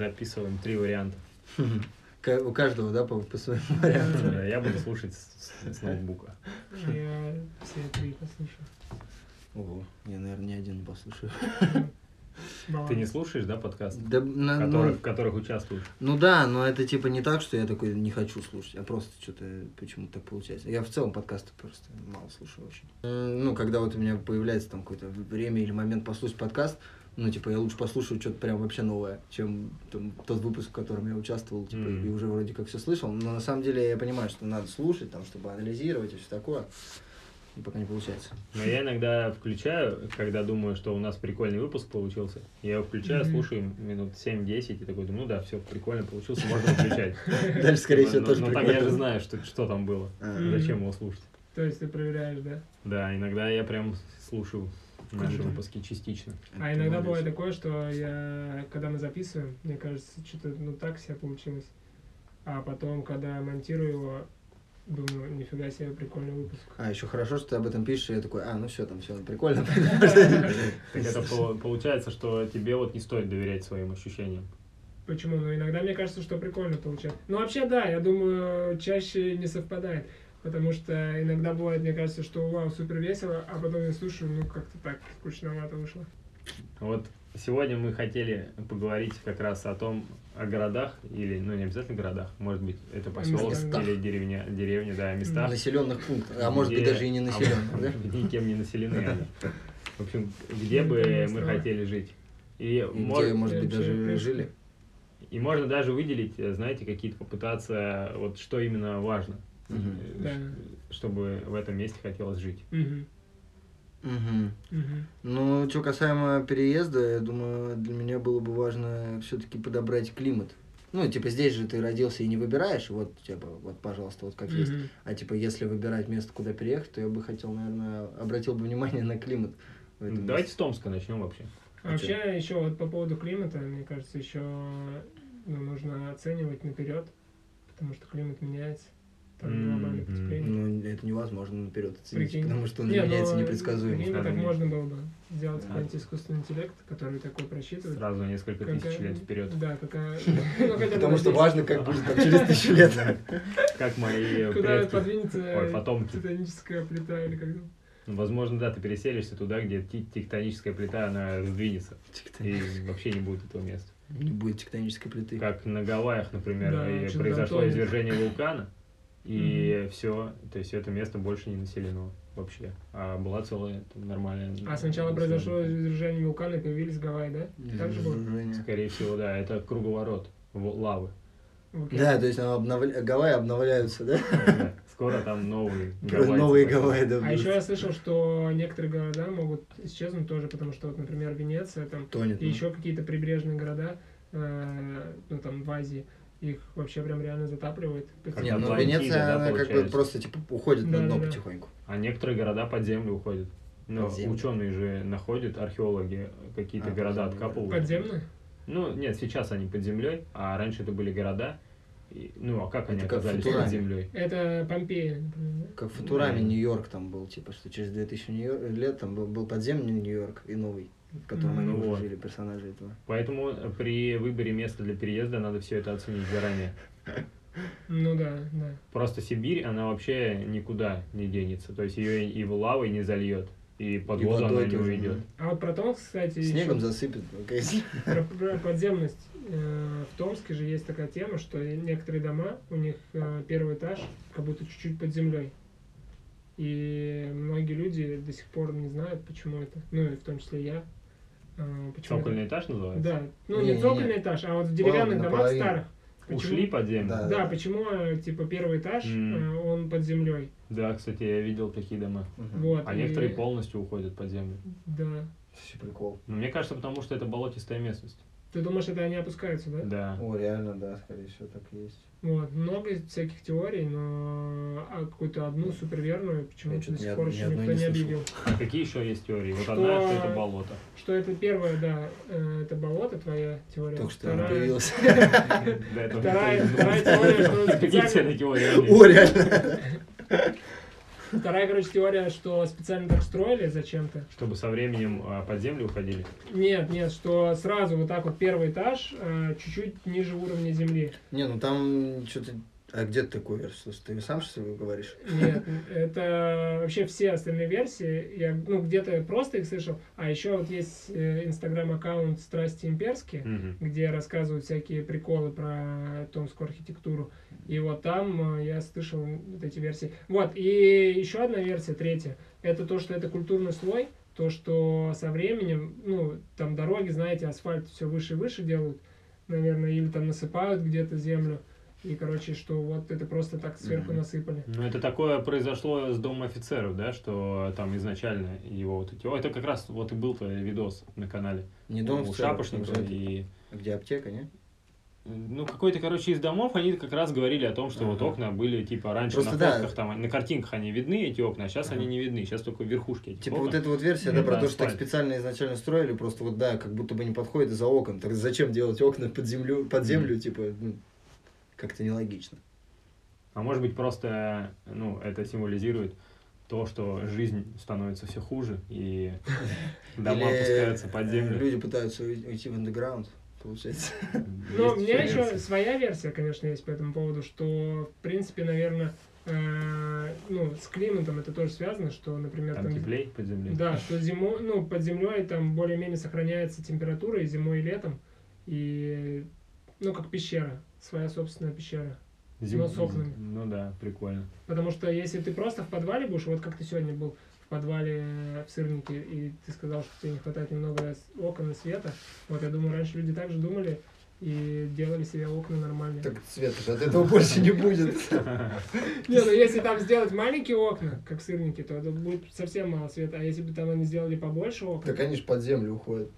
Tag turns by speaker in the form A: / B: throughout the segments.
A: описываем три варианта.
B: Ка- У каждого, да, по, по своему варианту.
A: Да, Я буду слушать с, с- с ноутбука.
C: Я все три послушаю.
B: Ого, я, наверное, не один послушаю.
C: Баланс.
A: Ты не слушаешь, да, подкасты,
B: Да, на-
A: в
B: ну,
A: которых, в которых участвуешь?
B: ну да, но это типа не так, что я такой не хочу слушать, а просто что-то почему-то так получается. Я в целом подкасты просто мало слушаю очень. М, Ну, когда вот у меня появляется там какое-то время или момент послушать подкаст, ну, типа, я лучше послушаю что-то прям вообще новое, чем там, тот выпуск, в котором я участвовал, типа,
A: Мгм.
B: и уже вроде как все слышал. Но на самом деле я понимаю, что надо слушать, там, чтобы анализировать и все такое. И пока не получается.
A: Но я иногда включаю, когда думаю, что у нас прикольный выпуск получился. Я его включаю,
C: Мгм.
A: слушаю минут 7-10 и такой думаю, ну да, все, прикольно получился, можно выключать.
B: Дальше, скорее всего,
A: Но-
B: тоже
A: но там
B: прикольно.
A: я же знаю, что, что там было.
B: А.
C: Мгм.
A: Зачем его слушать?
C: То есть ты проверяешь, да?
A: Да, иногда я прям слушаю наши
B: Круто.
A: выпуски частично.
C: А иногда
B: Молодец.
C: бывает такое, что я, когда мы записываем, мне кажется, что-то ну так себе получилось. А потом, когда монтирую его, думаю, нифига себе, прикольный выпуск.
B: А, еще хорошо, что ты об этом пишешь, и я такой, а, ну все, там все прикольно.
A: Так это по- получается, что тебе вот не стоит доверять своим ощущениям.
C: Почему? Ну, иногда мне кажется, что прикольно получается. Ну, вообще, да, я думаю, чаще не совпадает. Потому что иногда бывает, мне кажется, что вау, супер весело, а потом я слушаю, ну, как-то так скучновато вышло.
A: Вот сегодня мы хотели поговорить как раз о том, о городах, или, ну, не обязательно городах, может быть, это поселок
C: Местах.
A: или деревня, деревня, да, места.
B: Населенных пунктов, а может быть
A: где-
B: даже и не
A: а,
B: населенных, да?
A: может быть, Никем не населены они. В общем, где
C: Ну,
A: бы
C: конечно,
A: мы
C: да.
A: хотели жить. И,
B: И
A: мож-
B: Где, может быть,
C: Вообще,
B: даже
C: конечно.
B: жили.
A: и можно даже выделить, э, знаете, какие-то попытаться, вот что именно важно,
B: Мгм.
A: э,
C: Да.
A: ш- чтобы в этом месте хотелось жить.
C: Мгм.
B: Мгм.
C: Мгм.
B: Ну, что касаемо переезда, я думаю, для меня было бы важно все-таки подобрать климат. Ну, типа, здесь же ты родился и не выбираешь, вот, типа, вот, пожалуйста, вот как есть.
C: Мгм.
B: А, типа, если выбирать место, куда переехать, то я бы хотел, наверное, обратил бы внимание на климат. в этом
A: Давайте
B: месте.
A: с Томска начнем вообще.
C: А Вообще, еще вот по поводу климата, мне кажется, еще ну, нужно оценивать наперед, потому что климат меняется, там
A: М,
C: глобальное
A: м.
C: потепление.
B: Ну, это невозможно наперед оценить,
C: Прикинь.
B: потому что он
C: Не, ну,
B: меняется непредсказуемо. А.
C: Климат так
A: Сравнить.
C: можно было бы сделать
A: Да.
C: какой-нибудь искусственный интеллект, который такой просчитывает.
A: Сразу несколько тысяч
C: Какая-
A: лет вперед.
C: Да, какая... ну, хотя бы
B: Потому что
C: надеюсь,
B: важно, как будет там через тысячу лет.
A: Как мои э,
C: Куда
A: предки. Ой,
C: подвинется
A: потомки.
C: титаническая плита или как там.
A: Ну, Возможно, да, ты переселишься туда, где ти- тектоническая плита, она сдвинется. И вообще не будет этого места.
B: Не будет тектонической плиты.
A: Как на Гавайях, например,
C: Да,
A: и
C: что-то
A: произошло
C: там тоже.
A: извержение вулкана, и все, то есть это место больше не населено вообще. А была целая там, нормальная...
C: А сначала произошло извержение вулкана, и появились Гавайи, да? Так же было?
B: Изображение.
A: Скорее всего, да, это круговорот в- лавы.
C: В океане.
B: Да, то есть она обновля- Гавайи обновляются, да?
A: Да, Скоро там новые Гавайи.
B: Новые Гавайи, да.
C: А еще я слышал, что некоторые города могут исчезнуть тоже, потому что, вот, например, Венеция, там,
B: тонет. ну.
C: и еще какие-то прибрежные города, э, ну, там, в Азии, их вообще прям реально затапливает.
A: Как
B: Не, ну
A: Атлантида, да,
B: Венеция, она как бы
A: получается.
B: просто типа уходит на дно
C: Да-да-да.
B: потихоньку.
A: А некоторые города под землю уходят. Но
B: Под землю.
A: ученые же находят, археологи какие-то
B: А, под
A: города
B: землю.
A: откапывают.
C: Подземно?
A: Ну, нет, сейчас они под землей, а раньше это были города. И- ну, а как они
B: Это как
A: оказались под
B: Футураме.
A: землей?
C: Это Помпеи, например, да?
B: Как в Футураме
A: Мгм.
B: Нью-Йорк там был, типа, что через 2000 Нью- лет там был, был подземный Нью-Йорк и новый, в котором
C: Мгм.
B: они
A: Ну
B: уже
A: вот.
B: жили, персонажи этого.
A: Поэтому э, при выборе места для переезда надо все это оценить заранее.
C: Ну да, да.
A: Просто Сибирь, она вообще никуда не денется. То есть ее и в лавой не зальет, и под
B: И
A: воду она
B: водой
A: не
B: тоже,
A: уйдет.
C: А вот про Томск, кстати,
B: да.
C: еще
B: Снегом засыпет, окей.
C: про, про подземность. Э, В Томске же есть такая тема, что некоторые дома, у них э, первый этаж как будто чуть-чуть под землей. И многие люди до сих пор не знают, почему это. Ну и в том числе я. Э, Почему это-
A: Цокольный этаж называется?
C: Да, ну
B: Не,
C: не,
B: не,
C: цокольный
B: не.
C: этаж, а вот в деревянных
B: Плавно,
C: домах
B: наполовину.
C: старых. Почему-
A: Ушли под землю?
B: Да.
C: Да, почему, э, типа, первый этаж,
A: М.
C: э, он под землей.
A: Да, кстати, я видел такие дома.
C: Вот.
A: А
C: и-
A: некоторые полностью уходят под землю.
C: Да.
B: Вообще Прикол.
A: Но мне кажется, потому что это болотистая местность.
C: Ты думаешь, это они опускаются, да?
A: Да.
B: О, реально, да, скорее всего, так и есть.
C: Вот, много всяких теорий, но а какую-то одну суперверную
B: Я
C: почему-то
B: чё-то
C: до
B: ни
C: сих
B: од-
C: пор
B: ни
C: еще
B: одной
C: никто
B: не
C: не
B: слышал.
C: объявил.
A: А какие еще есть теории? Вот
C: Что-
A: одна, что это болото.
C: Что это первое, да, э, это болото, твоя теория.
B: Только что он
C: вторая,
B: появился.
A: До этого
C: вторая,
A: никто не
C: вторая
A: знал.
C: теория, что он
A: Офигительная
C: специально,
A: теория.
B: О, реально.
C: Вторая, короче, теория, что специально так строили зачем-то.
A: Чтобы со временем а, под землю уходили.
C: Нет, нет, что сразу вот так вот первый этаж, э, чуть-чуть ниже уровня земли.
B: Не, ну там что-то... А где ты такой версия? Слушай, Ты сам что ли говоришь?
C: Нет, это вообще все остальные версии. Я ну где-то просто их слышал. А еще вот есть э, инстаграм-аккаунт Страсти Имперские,
A: Мгм.
C: где рассказывают всякие приколы про томскую архитектуру. И вот там э, я слышал вот эти версии. Вот, и еще одна версия, третья, это то, что это культурный слой, то, что со временем, ну, там дороги, знаете, асфальт все выше и выше делают, наверное, или там насыпают где-то землю. И, короче, что вот это просто так сверху
B: Мгм.
C: насыпали.
A: Ну, это такое произошло с Домом офицеров, да, что там изначально его вот эти... О, это как раз вот и был-то видос на канале.
B: Не дом
A: Ну, у
B: в целом,
A: Шапошникова
B: там же это-
A: и...
B: Где аптека, не?
A: Ну, какой-то, короче, из домов они как раз говорили о том, что вот
B: Ага.
A: окна были, типа, раньше
B: Просто
A: на
B: да.
A: фотках, там, на картинках они видны, эти окна, а сейчас
B: Ага.
A: они не видны, сейчас только верхушки этих
B: Типа
A: окон.
B: вот эта вот версия,
A: Ну
B: да, про
A: да,
B: то, что так
A: асфальт.
B: специально изначально строили, просто вот да, как будто бы не подходит из-за окон. Так зачем делать окна под землю, под
A: Мгм.
B: землю, типа, ну, как-то нелогично.
A: А может быть, просто, ну, это символизирует то, что жизнь становится все хуже, и дома
B: Или,
A: опускаются под
B: э,
A: землю.
B: Люди пытаются уй- уйти в андеграунд, получается.
C: Но Ну, у
A: Есть
C: меня еще
A: версия.
C: своя версия, конечно, есть по этому поводу, что, в принципе, наверное, э, ну, с климатом это тоже связано, что, например,
A: Там
C: там
A: теплее под землей.
C: Да, что зимой, ну, под землей там более-менее сохраняется температура и зимой, и летом. И, ну, как пещера, своя собственная пещера.
A: Зим-
C: но с окнами.
A: Ну да, прикольно.
C: Потому что если ты просто в подвале будешь, вот как ты сегодня был в подвале э, в Сырнике, и ты сказал, что тебе не хватает немного с- окон и света, вот я думаю, раньше люди также думали и делали себе окна нормальные.
B: Так, Света, от этого больше не будет.
C: Не, ну если там сделать маленькие окна, как в Сырнике, то это будет совсем мало света. А если бы там они сделали побольше окон,
B: Так они же под землю уходят.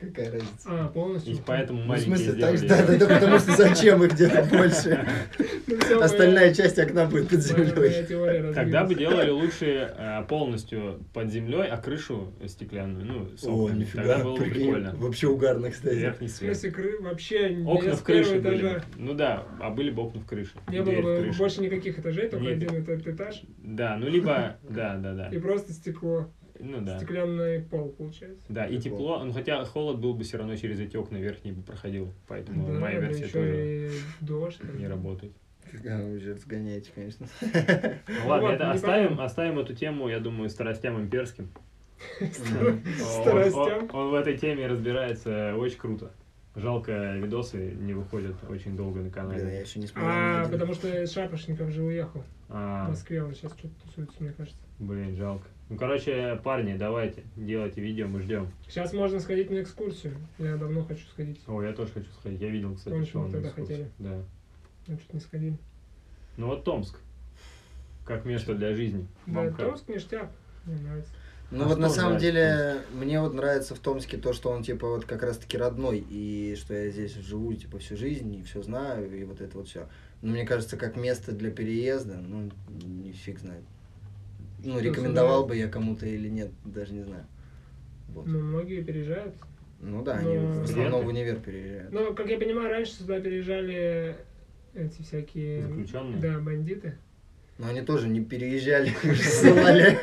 B: Какая разница?
C: а, полностью.
A: И поэтому
B: Ну, в
A: маленькие
B: смысле, так,
A: сделали.
B: да, да, да, потому что зачем их где-то больше?
C: Ну, всё, моя-
B: Остальная часть окна будет под
C: моя- моя
B: землей.
C: теория
A: Тогда бы
C: разбилась.
A: делали лучше э, полностью под землей, а крышу стеклянную, ну, с
B: О,
A: окнами.
B: нифига,
A: Тогда было бы
B: прикинь,
A: прикольно.
B: вообще угарно, кстати.
A: Верхний
C: В
A: свет.
C: смысле, кры- вообще не
A: Окна
C: Ну, с
A: в крыше
C: первого
A: были.
C: этажа.
A: Ну да, а были бы окна в крыше.
C: Не
A: дверь
C: было
A: в
C: бы
A: крыше.
C: больше никаких этажей, только
A: Нет.
C: один этот этаж.
A: Да, ну либо, да, да, да.
C: И просто стекло.
A: Ну да.
C: Стеклянный пол получается.
A: Да, и
B: Тепло.
A: тепло, ну хотя холод был бы все равно через эти окна верхний бы проходил, поэтому
C: да,
A: Ну, моя
C: да
A: версия
C: еще
A: тоже
C: и дождь. там.
A: не работает.
B: Да, вы же разгоняете, конечно.
A: Ну ладно,
C: вот,
A: это
C: не
A: оставим,
C: понятно.
A: оставим эту тему, я думаю, старостям имперским. Он, он-
C: Старостям.
A: он в этой теме разбирается очень круто. Жалко, видосы не выходят очень долго на
B: Блин, я
A: канале.
B: еще не смотрел. ни
C: А,
B: один.
C: потому что Шапошников же уехал. В
A: А,
C: Москве он сейчас что-то тусуется, мне кажется.
A: блин, жалко. Ну, короче, парни, давайте, делайте видео, мы ждем.
C: Сейчас можно сходить на экскурсию. Я давно хочу сходить.
A: О, я тоже хочу сходить. Я видел, кстати,
C: Помнишь,
A: что
C: мы
A: он
C: тогда
A: экскурсии.
C: хотели?
A: Да.
C: Но что-то не сходили.
A: Ну вот Томск. Как место для жизни.
C: Да,
A: Вам как?
C: Томск ништяк. Мне нравится.
B: Ну
A: А
B: вот на
A: что
B: самом
A: нравится
B: деле, мне вот нравится в Томске то, что он типа вот как раз-таки родной, и что я здесь живу типа всю жизнь, и все знаю, и вот это вот все. Но мне кажется, как место для переезда, ну, не фиг знает. Ну,
C: Что
B: рекомендовал
C: знает?
B: бы я кому-то или нет, даже не знаю. Вот.
C: Но многие переезжают.
B: Ну да, они
C: Ну,
B: в основном
A: Студенты?
B: в универ переезжают.
C: Но, Ну, как я понимаю, раньше сюда переезжали эти всякие...
A: Заключенные?
C: Да, бандиты.
B: Но они тоже не переезжали, ссылали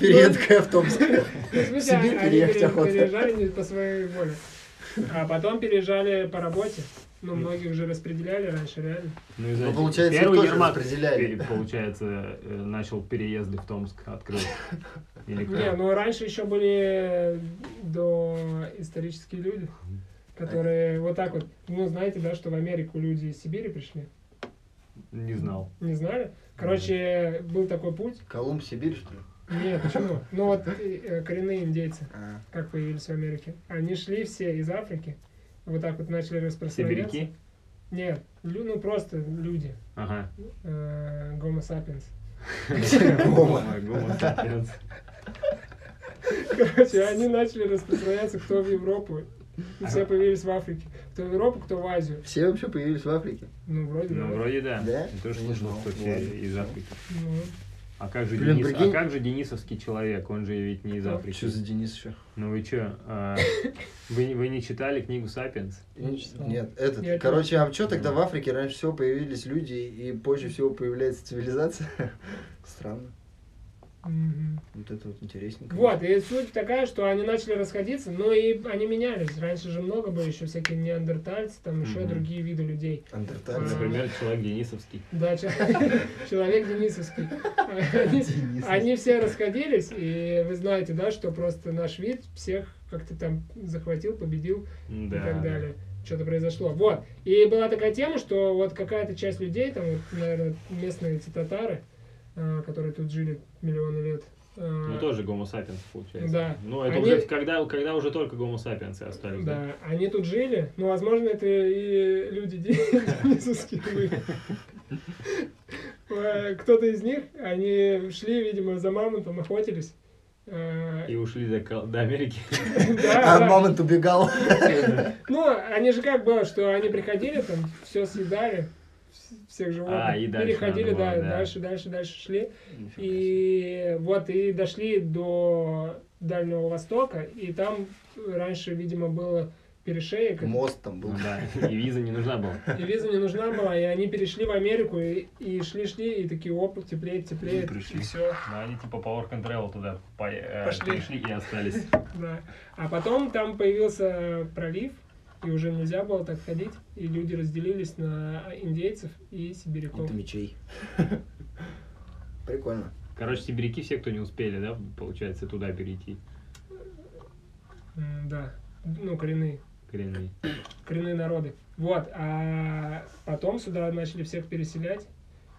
B: переедка в Томск.
C: Ну, в
B: В
C: смысле,
B: Сибирь
C: они
B: переехать
C: пере-
B: охота.
C: переезжали не по своей воле. А потом переезжали по работе. Ну, многих же распределяли раньше, реально.
A: Ну, и знаете,
B: Ну, получается, их
A: первый
B: тоже
A: Ермак,
B: распределяли.
A: пе- получается, э, начал переезды в Томск, открыл. Или кто?
C: Не, ну раньше еще были доисторические люди, которые вот так вот, ну, знаете, да, что в Америку люди из Сибири пришли. ну,
A: Не знал.
C: Не знали? Короче, был такой путь.
B: Колумб, Сибирь, что ли?
C: Нет, почему? Ну, вот э, коренные индейцы,
B: А.
C: как появились в Америке. Они шли все из Африки, вот так вот начали распространяться.
A: Сибиряки?
C: Нет, лю- ну просто люди.
A: Ага.
C: э, Гомо сапиенс.
B: Гома.
A: Гомо сапиенс.
C: Короче, они начали распространяться, кто в Европу. И все появились в Африке. Кто в Европу, кто в Азию.
B: Все вообще появились в Африке.
C: Ну, вроде
A: Ну,
C: да.
A: вроде да.
B: Да?
A: Я тоже
B: Не
A: слышал,
B: знал.
A: что все
B: Ладно.
A: из Африки.
C: Ну,
A: А как, же
B: Блин,
A: Денис,
B: прикинь.
A: а как же денисовский человек? Он же ведь не из
C: Кто?
A: Африки.
B: Что за Денис еще?
A: Ну вы чё, а, вы, не- вы не читали книгу «Сапиенс»?
B: Нет, этот.
C: Я
B: Короче, а что тогда в Африке раньше всего появились люди и позже всего появляется цивилизация? Странно.
C: Мгм.
B: Вот это вот интересненько.
C: Вот, и суть такая, что они начали расходиться, но и они менялись. Раньше же много было еще всякие неандертальцы, там еще
A: Мгм.
C: другие виды людей.
B: Андертальцы.
A: Например, человек Денисовский.
C: Да, че- человек Денисовский. Они- Они все расходились, и вы знаете, да, что просто наш вид всех как-то там захватил, победил и так
A: Да.
C: далее. Что-то произошло. Вот. И была такая тема, что вот какая-то часть людей, там, вот, наверное, местные эти татары, а, которые тут жили миллионы лет. а,
A: Ну, тоже гомо sapiens, получается.
C: Да.
A: Ну, это
C: Они-
A: уже когда, когда уже только гомо sapiens остались. да?
C: Да, они тут жили, но, возможно, это и люди денисовские были. Э, Кто-то из них, они шли, видимо, за мамонтом, охотились. Э,
A: И ушли до, Кал- до Америки.
C: да,
B: А
C: да.
B: мамонт убегал.
C: Ну, они же как было, что они приходили там, все съедали, вс- всех животных,
A: А, и дальше
C: переходили,
A: надо было,
C: да,
A: да.
C: дальше, дальше, дальше шли. И вот, и дошли до Дальнего Востока, и там раньше, видимо, было перешеек.
B: Мост там был.
A: Ну Да. И виза не нужна была.
C: И виза не нужна была, и они перешли в Америку, и, и шли, шли, и такие, оп, теплеет,
B: И
C: теплеет,
B: пришли.
C: и все,
A: Но они типа по work and travel туда по- э,
C: Пошли.
A: пришли и остались.
C: да. А потом там появился пролив, и уже нельзя было так ходить, и люди разделились на индейцев и сибиряков.
B: Это мечей. Прикольно.
A: Короче, сибиряки все, кто не успели, да, получается, туда перейти.
C: М, Да, ну, коренные,
A: Коренные.
C: коренные народы. Вот, а потом сюда начали всех переселять.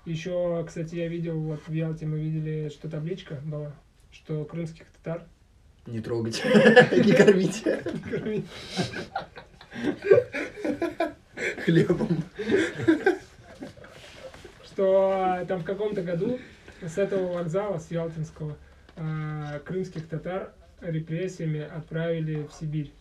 C: Еще, кстати, я видел, вот в Ялте мы видели, что табличка была, что крымских татар
B: Не трогать. Не кормить. Хлебом.
C: что э, там в каком-то году с этого вокзала, с Ялтинского, а, крымских татар репрессиями отправили в Сибирь.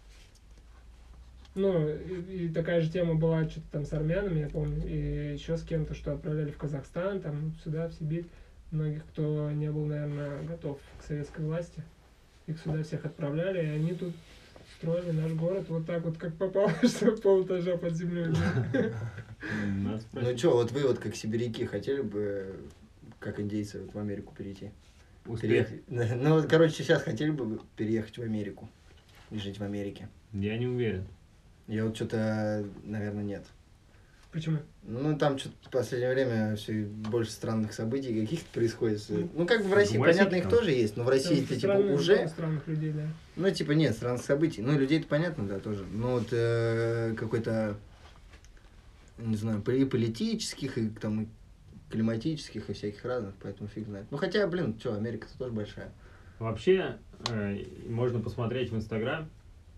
C: Ну, и, и такая же тема была что-то там с армянами, я помню, и еще с кем-то, что отправляли в Казахстан, там, сюда, в Сибирь. Многих, кто не был, наверное, готов к советской власти, их сюда всех отправляли, и они тут строили наш город вот так вот, как попало, что полэтажа под землей.
A: Нас
B: Ну
A: спросили,
B: что, вот вы вот как сибиряки хотели бы как индейцы вот в Америку перейти?
A: Успех.
B: Переехать. Ну, вот, короче, сейчас хотели бы переехать в Америку и жить в Америке.
A: Я не уверен.
B: Я вот что-то, наверное, нет.
C: Почему?
B: Ну, там что-то в последнее время все больше странных событий каких-то происходит. Ну, как бы в
A: Ну,
B: России,
A: Гумасики
B: понятно, их
A: там.
B: тоже есть, но в России
C: Там
B: это типа
C: странных-
B: уже...
C: много странных людей, Ну, да.
B: Ну, типа, нет, странных событий. Ну, людей-то понятно, да, тоже. Но вот э, какой-то, не знаю, и политических, и там, и климатических, и всяких разных, поэтому фиг знает. Ну, хотя, блин, что, Америка-то тоже большая.
A: Вообще, э, можно посмотреть в Инстаграм.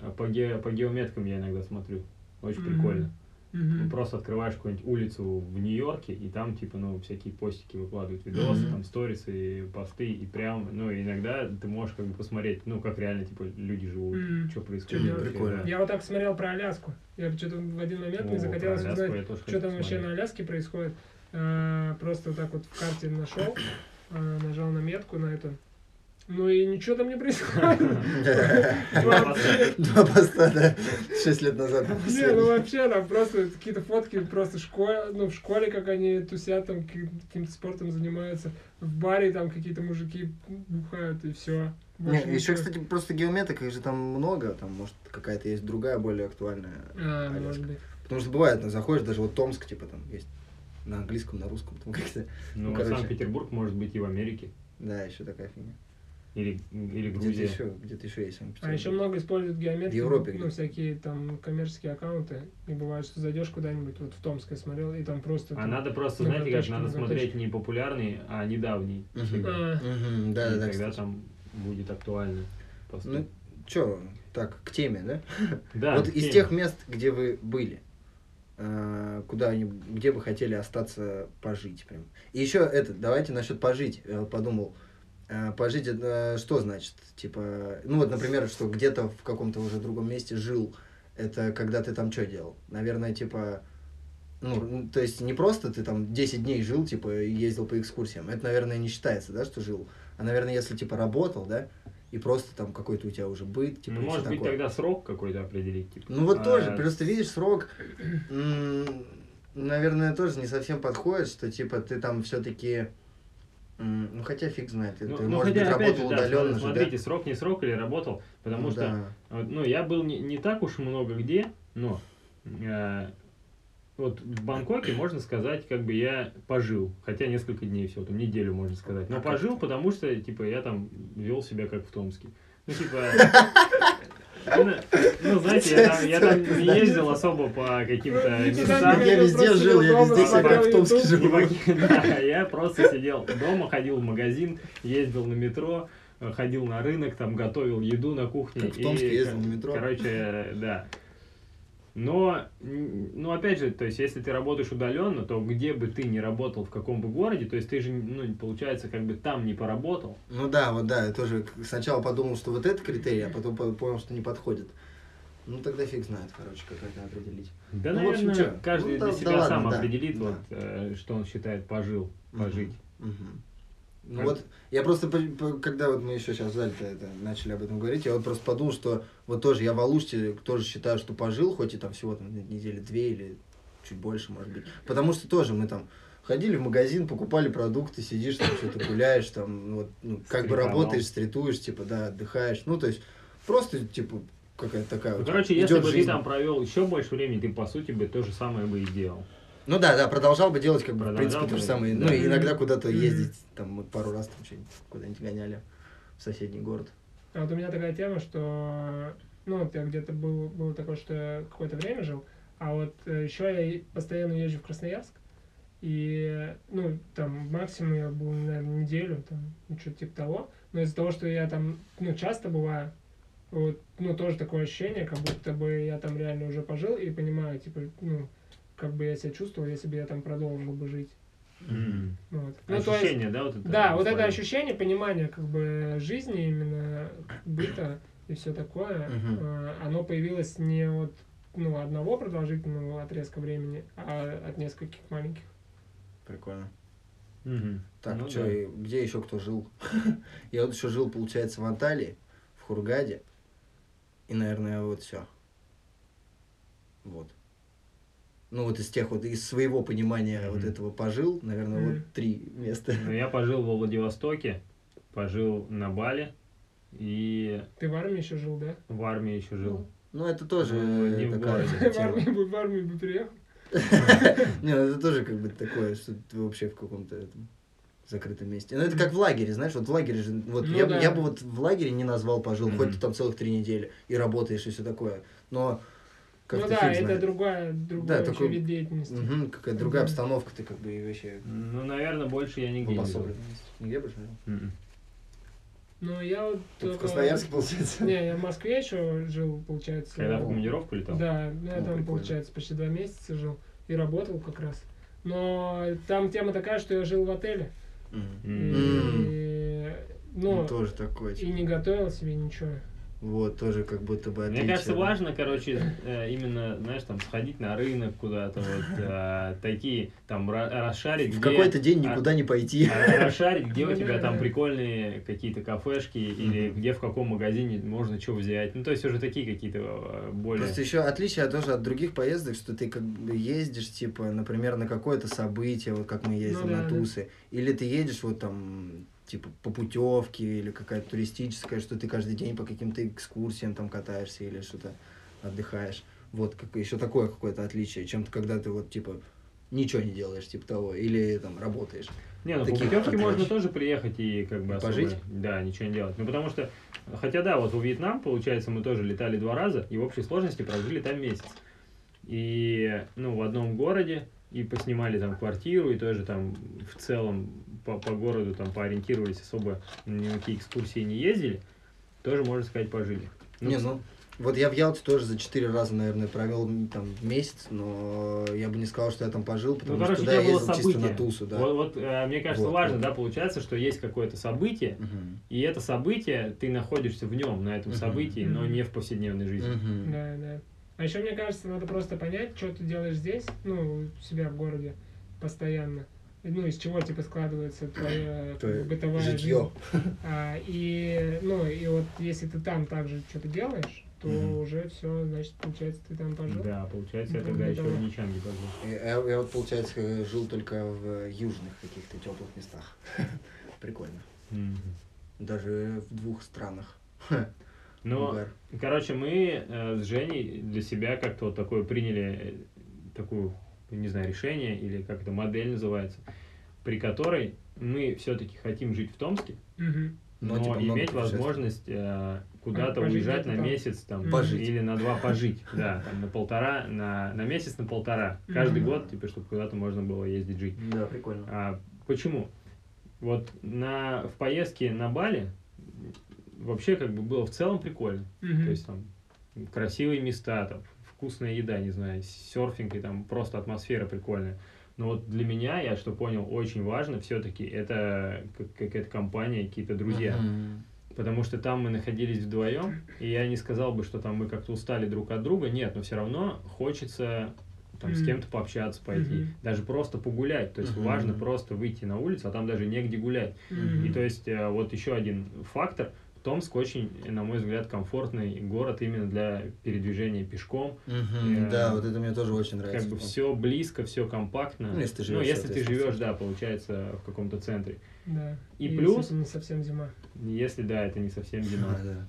A: э, По, ге- по геометкам я иногда смотрю. Очень
C: Мгм.
A: прикольно. Ну,
C: Мгм.
A: просто открываешь какую-нибудь улицу в Нью-Йорке, и там, типа, ну, всякие постики выкладывают видосы,
B: Мгм.
A: там, сторисы, и посты, и прям, ну, и иногда ты можешь, как бы, посмотреть, ну, как реально, типа, люди живут,
C: Мгм.
A: что
B: Чё,
A: происходит.
C: блин,
A: вообще,
B: прикольно.
A: да.
C: Я вот так смотрел про Аляску. Я что-то в один момент
A: О,
C: мне захотелось
A: про Аляску
C: узнать,
A: а я тоже
C: что
A: хочу
C: там вообще
A: посмотреть.
C: на Аляске происходит. А, Просто вот так вот в карте нашел, а, нажал на метку на эту. Ну и ничего там не происходит. Вообще.
B: Два поста, да, шесть лет назад.
C: Не, ну вообще там просто какие-то фотки, просто школе, ну в школе как они тусят, там ки- каким-то спортом занимаются, в баре там какие-то мужики бухают и все.
B: еще, кстати, просто геометок, их же там много, там, может, какая-то есть другая, более актуальная.
C: А,
B: Аляска.
C: может быть.
B: Потому что бывает, ну, заходишь, даже вот Томск, типа, там есть на английском, на русском, там как-то,
A: Ну,
B: Ну, короче.
A: Санкт-Петербург может быть и в Америке,
B: да, еще такая фигня.
A: или, или
B: Где-то
A: Грузия.
B: еще, где-то еще есть
C: А еще
B: Санкт-Петербург.
C: много используют геометрию.
B: В Европе
C: Ну,
B: где-то.
C: всякие там коммерческие аккаунты. И бывает, что зайдешь куда-нибудь, вот в Томск я смотрел, и там просто...
A: А надо просто,
C: Ну,
A: знаете, как
C: карточки,
A: надо
C: ну,
A: смотреть не популярные, а недавние. всегда.
C: А,
B: Мгм, Да, да,
A: И
B: да.
A: тогда
B: кстати.
A: там будет актуально. просто.
B: Ну, чё, так, к теме, да?
A: да,
B: вот из
A: окей.
B: тех мест, где вы были, э, куда они, где бы хотели остаться пожить прям. И еще это, давайте насчет пожить, я вот подумал. Э, Пожить это что значит? Типа, ну вот, например, что где-то в каком-то уже другом месте жил, это когда ты там что делал? Наверное, типа, ну, ну, то есть не просто ты там 10 дней жил, типа, и ездил по экскурсиям. Это, наверное, не считается, да, что жил. А, наверное, если, типа, работал, да, и просто там какой-то у тебя уже быт, типа,
A: ну,
B: и всё
A: может быть,
B: такое.
A: тогда срок какой-то определить. Типа.
B: Ну вот
A: А,
B: тоже, просто видишь, срок, м, наверное, тоже не совсем подходит, что типа ты там все-таки М, Ну, хотя фиг знает.
A: Ну,
B: ты,
A: ну,
B: может
A: хотя,
B: быть,
A: опять
B: работал
A: же, да,
B: удаленно же,
A: смотрите, срок не срок или работал,
B: да?
A: потому что
B: Да.
A: Вот, Ну, я был не, не так уж много где, но э, вот в Бангкоке, можно сказать, как бы я пожил. Хотя несколько дней всего, там неделю, можно сказать.
B: А
A: Но
B: как
A: пожил, потому что, типа, я там вел себя как в Томске. Ну, типа... ну, Ну, знаете, я там, я там не ездил особо по каким-то
C: Ну, никуда
A: местам.
C: не
B: Я
C: ходил,
B: везде
C: просто
B: жил, я
C: дома,
B: везде себя
C: смотрел
B: как в Томске
C: YouTube.
B: жил.
A: Не ваги- Да, я просто сидел дома, ходил в магазин, ездил на метро, э, ходил на рынок, там готовил еду на кухне.
B: Как в
A: и,
B: Томске ездил
A: кор-
B: на метро.
A: Короче, э, да. Но, м, ну, опять же, то есть, если ты работаешь удаленно, то где бы ты ни работал, в каком бы городе, то есть, ты же, ну, получается, как бы там не поработал.
B: Ну да, вот да, я тоже к- сначала подумал, что вот это критерий, а потом по- понял, что не подходит. Ну тогда фиг знает, короче, как это определить.
A: Да,
B: Ну, в общем,
A: наверное,
B: чё?
A: каждый
B: Ну, да-
A: для
B: да
A: себя
B: ладно,
A: сам
B: да,
A: определит,
B: да.
A: вот, э, что он считает пожил, пожить.
B: Мгм. Ну
A: Как-
B: вот, я просто, по- по- когда вот мы еще сейчас в зале-то это, начали об этом говорить, я вот просто подумал, что вот тоже я в Алуште тоже считаю, что пожил, хоть и там всего там недели две или чуть больше, может быть. Потому что тоже мы там ходили в магазин, покупали продукты, сидишь там, что-то гуляешь, там, ну, вот, ну, как бы
A: Стритовал.
B: работаешь, стритуешь, типа, да, отдыхаешь. Ну, то есть, просто, типа, какая-то такая
A: Ну,
B: вот
A: короче, если
B: идёт
A: бы ты
B: жизнь.
A: там провел еще больше времени, ты, по сути, бы то же самое бы и делал.
B: Ну да, да, продолжал бы делать, как бы, в
A: Продолжал
B: принципе,
A: бы,
B: то же самое.
A: да.
B: Ну, и иногда куда-то
C: Мгм.
B: ездить, там, мы пару раз там что-нибудь куда-нибудь гоняли в соседний город.
C: А вот у меня такая тема, что ну вот я где-то был, было такое, что я какое-то время жил, а вот еще я и постоянно езжу в Красноярск, и ну там максимум я был, наверное, неделю, там, ну, что-то типа того, но из-за того, что я там, ну, часто бываю, вот, ну, тоже такое ощущение, как будто бы я там реально уже пожил и понимаю, типа, ну, как бы я себя чувствовал, если бы я там продолжил бы жить. Вот. Ну, то есть-
A: Ощущение, да, вот это?
C: да, вот это
A: свое?
C: ощущение понимания как бы жизни именно быта и все такое,
B: Мгм.
C: э, оно появилось не от ну, одного продолжительного отрезка времени, а от нескольких маленьких.
B: Прикольно.
A: Мгм.
B: Так,
A: Ну
B: чё,
A: да.
B: и где еще кто жил? я вот еще жил, получается, в Анталии, в Хургаде. И, наверное, вот все. Вот. Ну, вот из тех вот, из своего понимания вот
A: Мгм.
B: этого пожил, наверное,
C: Мгм.
B: вот три места.
A: Ну, я пожил во Владивостоке, пожил на Бали и
C: Ты в армии еще жил, да?
A: в армии еще жил.
B: Ну, это тоже
A: Ну, не
B: э,
A: в
B: такая
A: городе.
C: В
B: тема.
C: армию, бы- в армию бы переехал.
B: Не, ну это тоже как бы такое, что ты вообще в каком-то этом закрытом месте. Ну, это как в лагере, знаешь, вот в лагере же, вот
C: Ну
B: я, бы-
C: да.
B: я бы вот в лагере не назвал пожил, хоть ты
A: Мгм.
B: там целых три недели и работаешь и все такое, но как-то
C: Ну
B: фиг
C: да, это
B: знает.
C: другая, другой вообще
B: такой-
C: вид деятельности.
B: Мгм, какая-то другая
C: Мгм.
B: обстановка, ты как бы и вообще
A: Ну, наверное, больше я нигде не М-м. жил.
B: обособленность. Нигде больше не жил?
A: Мгм.
C: Но я вот...
B: Только В
C: только-
B: Красноярске, получается.
C: Не, я в Москве еще жил, получается.
A: Когда в командировку летал?
C: Ну. Да, ну, я
B: Ну,
C: там,
B: прикольно.
C: получается, почти два месяца жил и работал как раз. Но там тема такая, что я жил в отеле.
B: Мгм.
A: М-м. М.
C: И,
B: Ну,
C: ну,
B: тоже такое.
C: и
B: типа.
C: не готовил себе ничего.
B: Вот, тоже как будто бы
A: Мне
B: отличие,
A: кажется,
B: да.
A: важно, короче, э, именно, знаешь, там, сходить на рынок куда-то, вот, э, такие, там, ра- расшарить,
B: В
A: где-
B: какой-то день
A: а-
B: никуда не пойти.
A: А Расшарить, где у
C: Ну,
A: тебя
C: да,
A: там
C: да.
A: прикольные какие-то кафешки или
B: Мгм.
A: где в каком магазине можно что взять. Ну, то есть уже такие какие-то э, более...
B: Просто еще отличие тоже от других поездок, что ты как бы ездишь, типа, например, на какое-то событие, вот как мы ездим
C: Ну да,
B: на
C: да.
B: тусы, или ты едешь вот там типа по путевке или какая-то туристическая, что ты каждый день по каким-то экскурсиям там катаешься или что-то отдыхаешь. Вот как, еще такое какое-то отличие, чем ты, когда ты вот типа ничего не делаешь, типа того, или там работаешь.
A: Не, ну
B: Таких
A: по путевке
B: как
A: можно
B: раньше.
A: тоже приехать и как бы
B: И
A: особо,
B: пожить?
A: Да, ничего не делать. Ну потому что, хотя да, вот во Вьетнам, получается, мы тоже летали два раза, и в общей сложности прожили там месяц. И, ну, в одном городе, и поснимали там квартиру, и тоже там в целом по, по городу там поориентировались, особо ни на какие экскурсии не ездили, тоже, можно сказать, пожили. Ну,
B: Не, ну, вот я в Ялте тоже за четыре раза, наверное, провел м, там месяц, но я бы не сказал, что я там пожил, потому
A: Ну, короче,
B: что туда
A: у тебя
B: я
A: было
B: ездил чисто
A: событие.
B: на тусу, да.
A: Вот, вот, э, мне кажется,
B: Вот,
A: важно,
B: вот.
A: да, получается, что есть какое-то событие,
B: Мгм.
A: и это событие, ты находишься в нем, на этом
B: Мгм.
A: событии, но не в повседневной жизни.
B: Мгм.
C: Да, да. А еще, мне кажется, надо просто понять, что ты делаешь здесь, ну, у себя в городе, постоянно. И, Ну, из чего, типа, складывается твоя как бы,
B: Твоё
C: бытовая
B: Житье.
C: жизнь. А, и, ну, и вот если ты там также что-то делаешь, то
B: Мгм.
C: уже все, значит, получается, ты там пожил.
A: Да, получается, я
C: Ну,
A: тогда
C: да.
A: еще в Ничанге пожил.
B: Я, я вот, получается, жил только в южных каких-то теплых местах. Прикольно.
A: Мгм.
B: Даже в двух странах.
A: Но
B: Угар.
A: Короче, мы э, с Женей для себя как-то вот такое приняли, э, такую, не знаю, решение или как это модель называется, при которой мы все-таки хотим жить в Томске,
C: Мгм.
A: но,
B: типа, много
A: иметь
B: путешествий.
A: возможность э, куда-то
C: Пожить
A: уезжать
C: где-то
A: на
C: там.
A: месяц там,
C: Мгм.
B: Пожить.
A: или на два пожить, да, там, на полтора, на, на месяц, на полтора, каждый
B: Мгм.
A: год, типа, чтобы куда-то можно было ездить жить.
B: Да, прикольно.
A: А почему? Вот на, в поездке на Бали м, вообще как бы было в целом прикольно.
C: Мгм.
A: То есть там красивые места, там вкусная еда, не знаю, серфинг и там просто атмосфера прикольная. Но вот для меня, я что понял, очень важно все-таки это как- какая-то компания, какие-то друзья.
B: Мгм.
A: Потому что там мы находились вдвоем, и я не сказал бы, что там мы как-то устали друг от друга. Нет, но все равно хочется там с
C: Мгм.
A: кем-то пообщаться, пойти,
C: Мгм.
A: даже просто погулять. То есть
B: Мгм.
A: важно просто выйти на улицу, а там даже негде гулять.
C: Мгм.
A: И то есть э, вот еще один фактор. Томск очень, на мой взгляд, комфортный город именно для передвижения пешком.
B: Мгм.
A: Э,
B: Да, вот это мне тоже очень
A: Как
B: нравится.
A: бы все близко, все компактно.
B: Ну, если ты
A: ну,
B: живешь,
A: если ты
B: соответственно.
A: живешь, да, получается, в каком-то центре.
C: Да.
A: И
C: если
A: плюс-
C: это не совсем зима.
A: Если да, это не совсем
B: А,
A: зима.
B: да.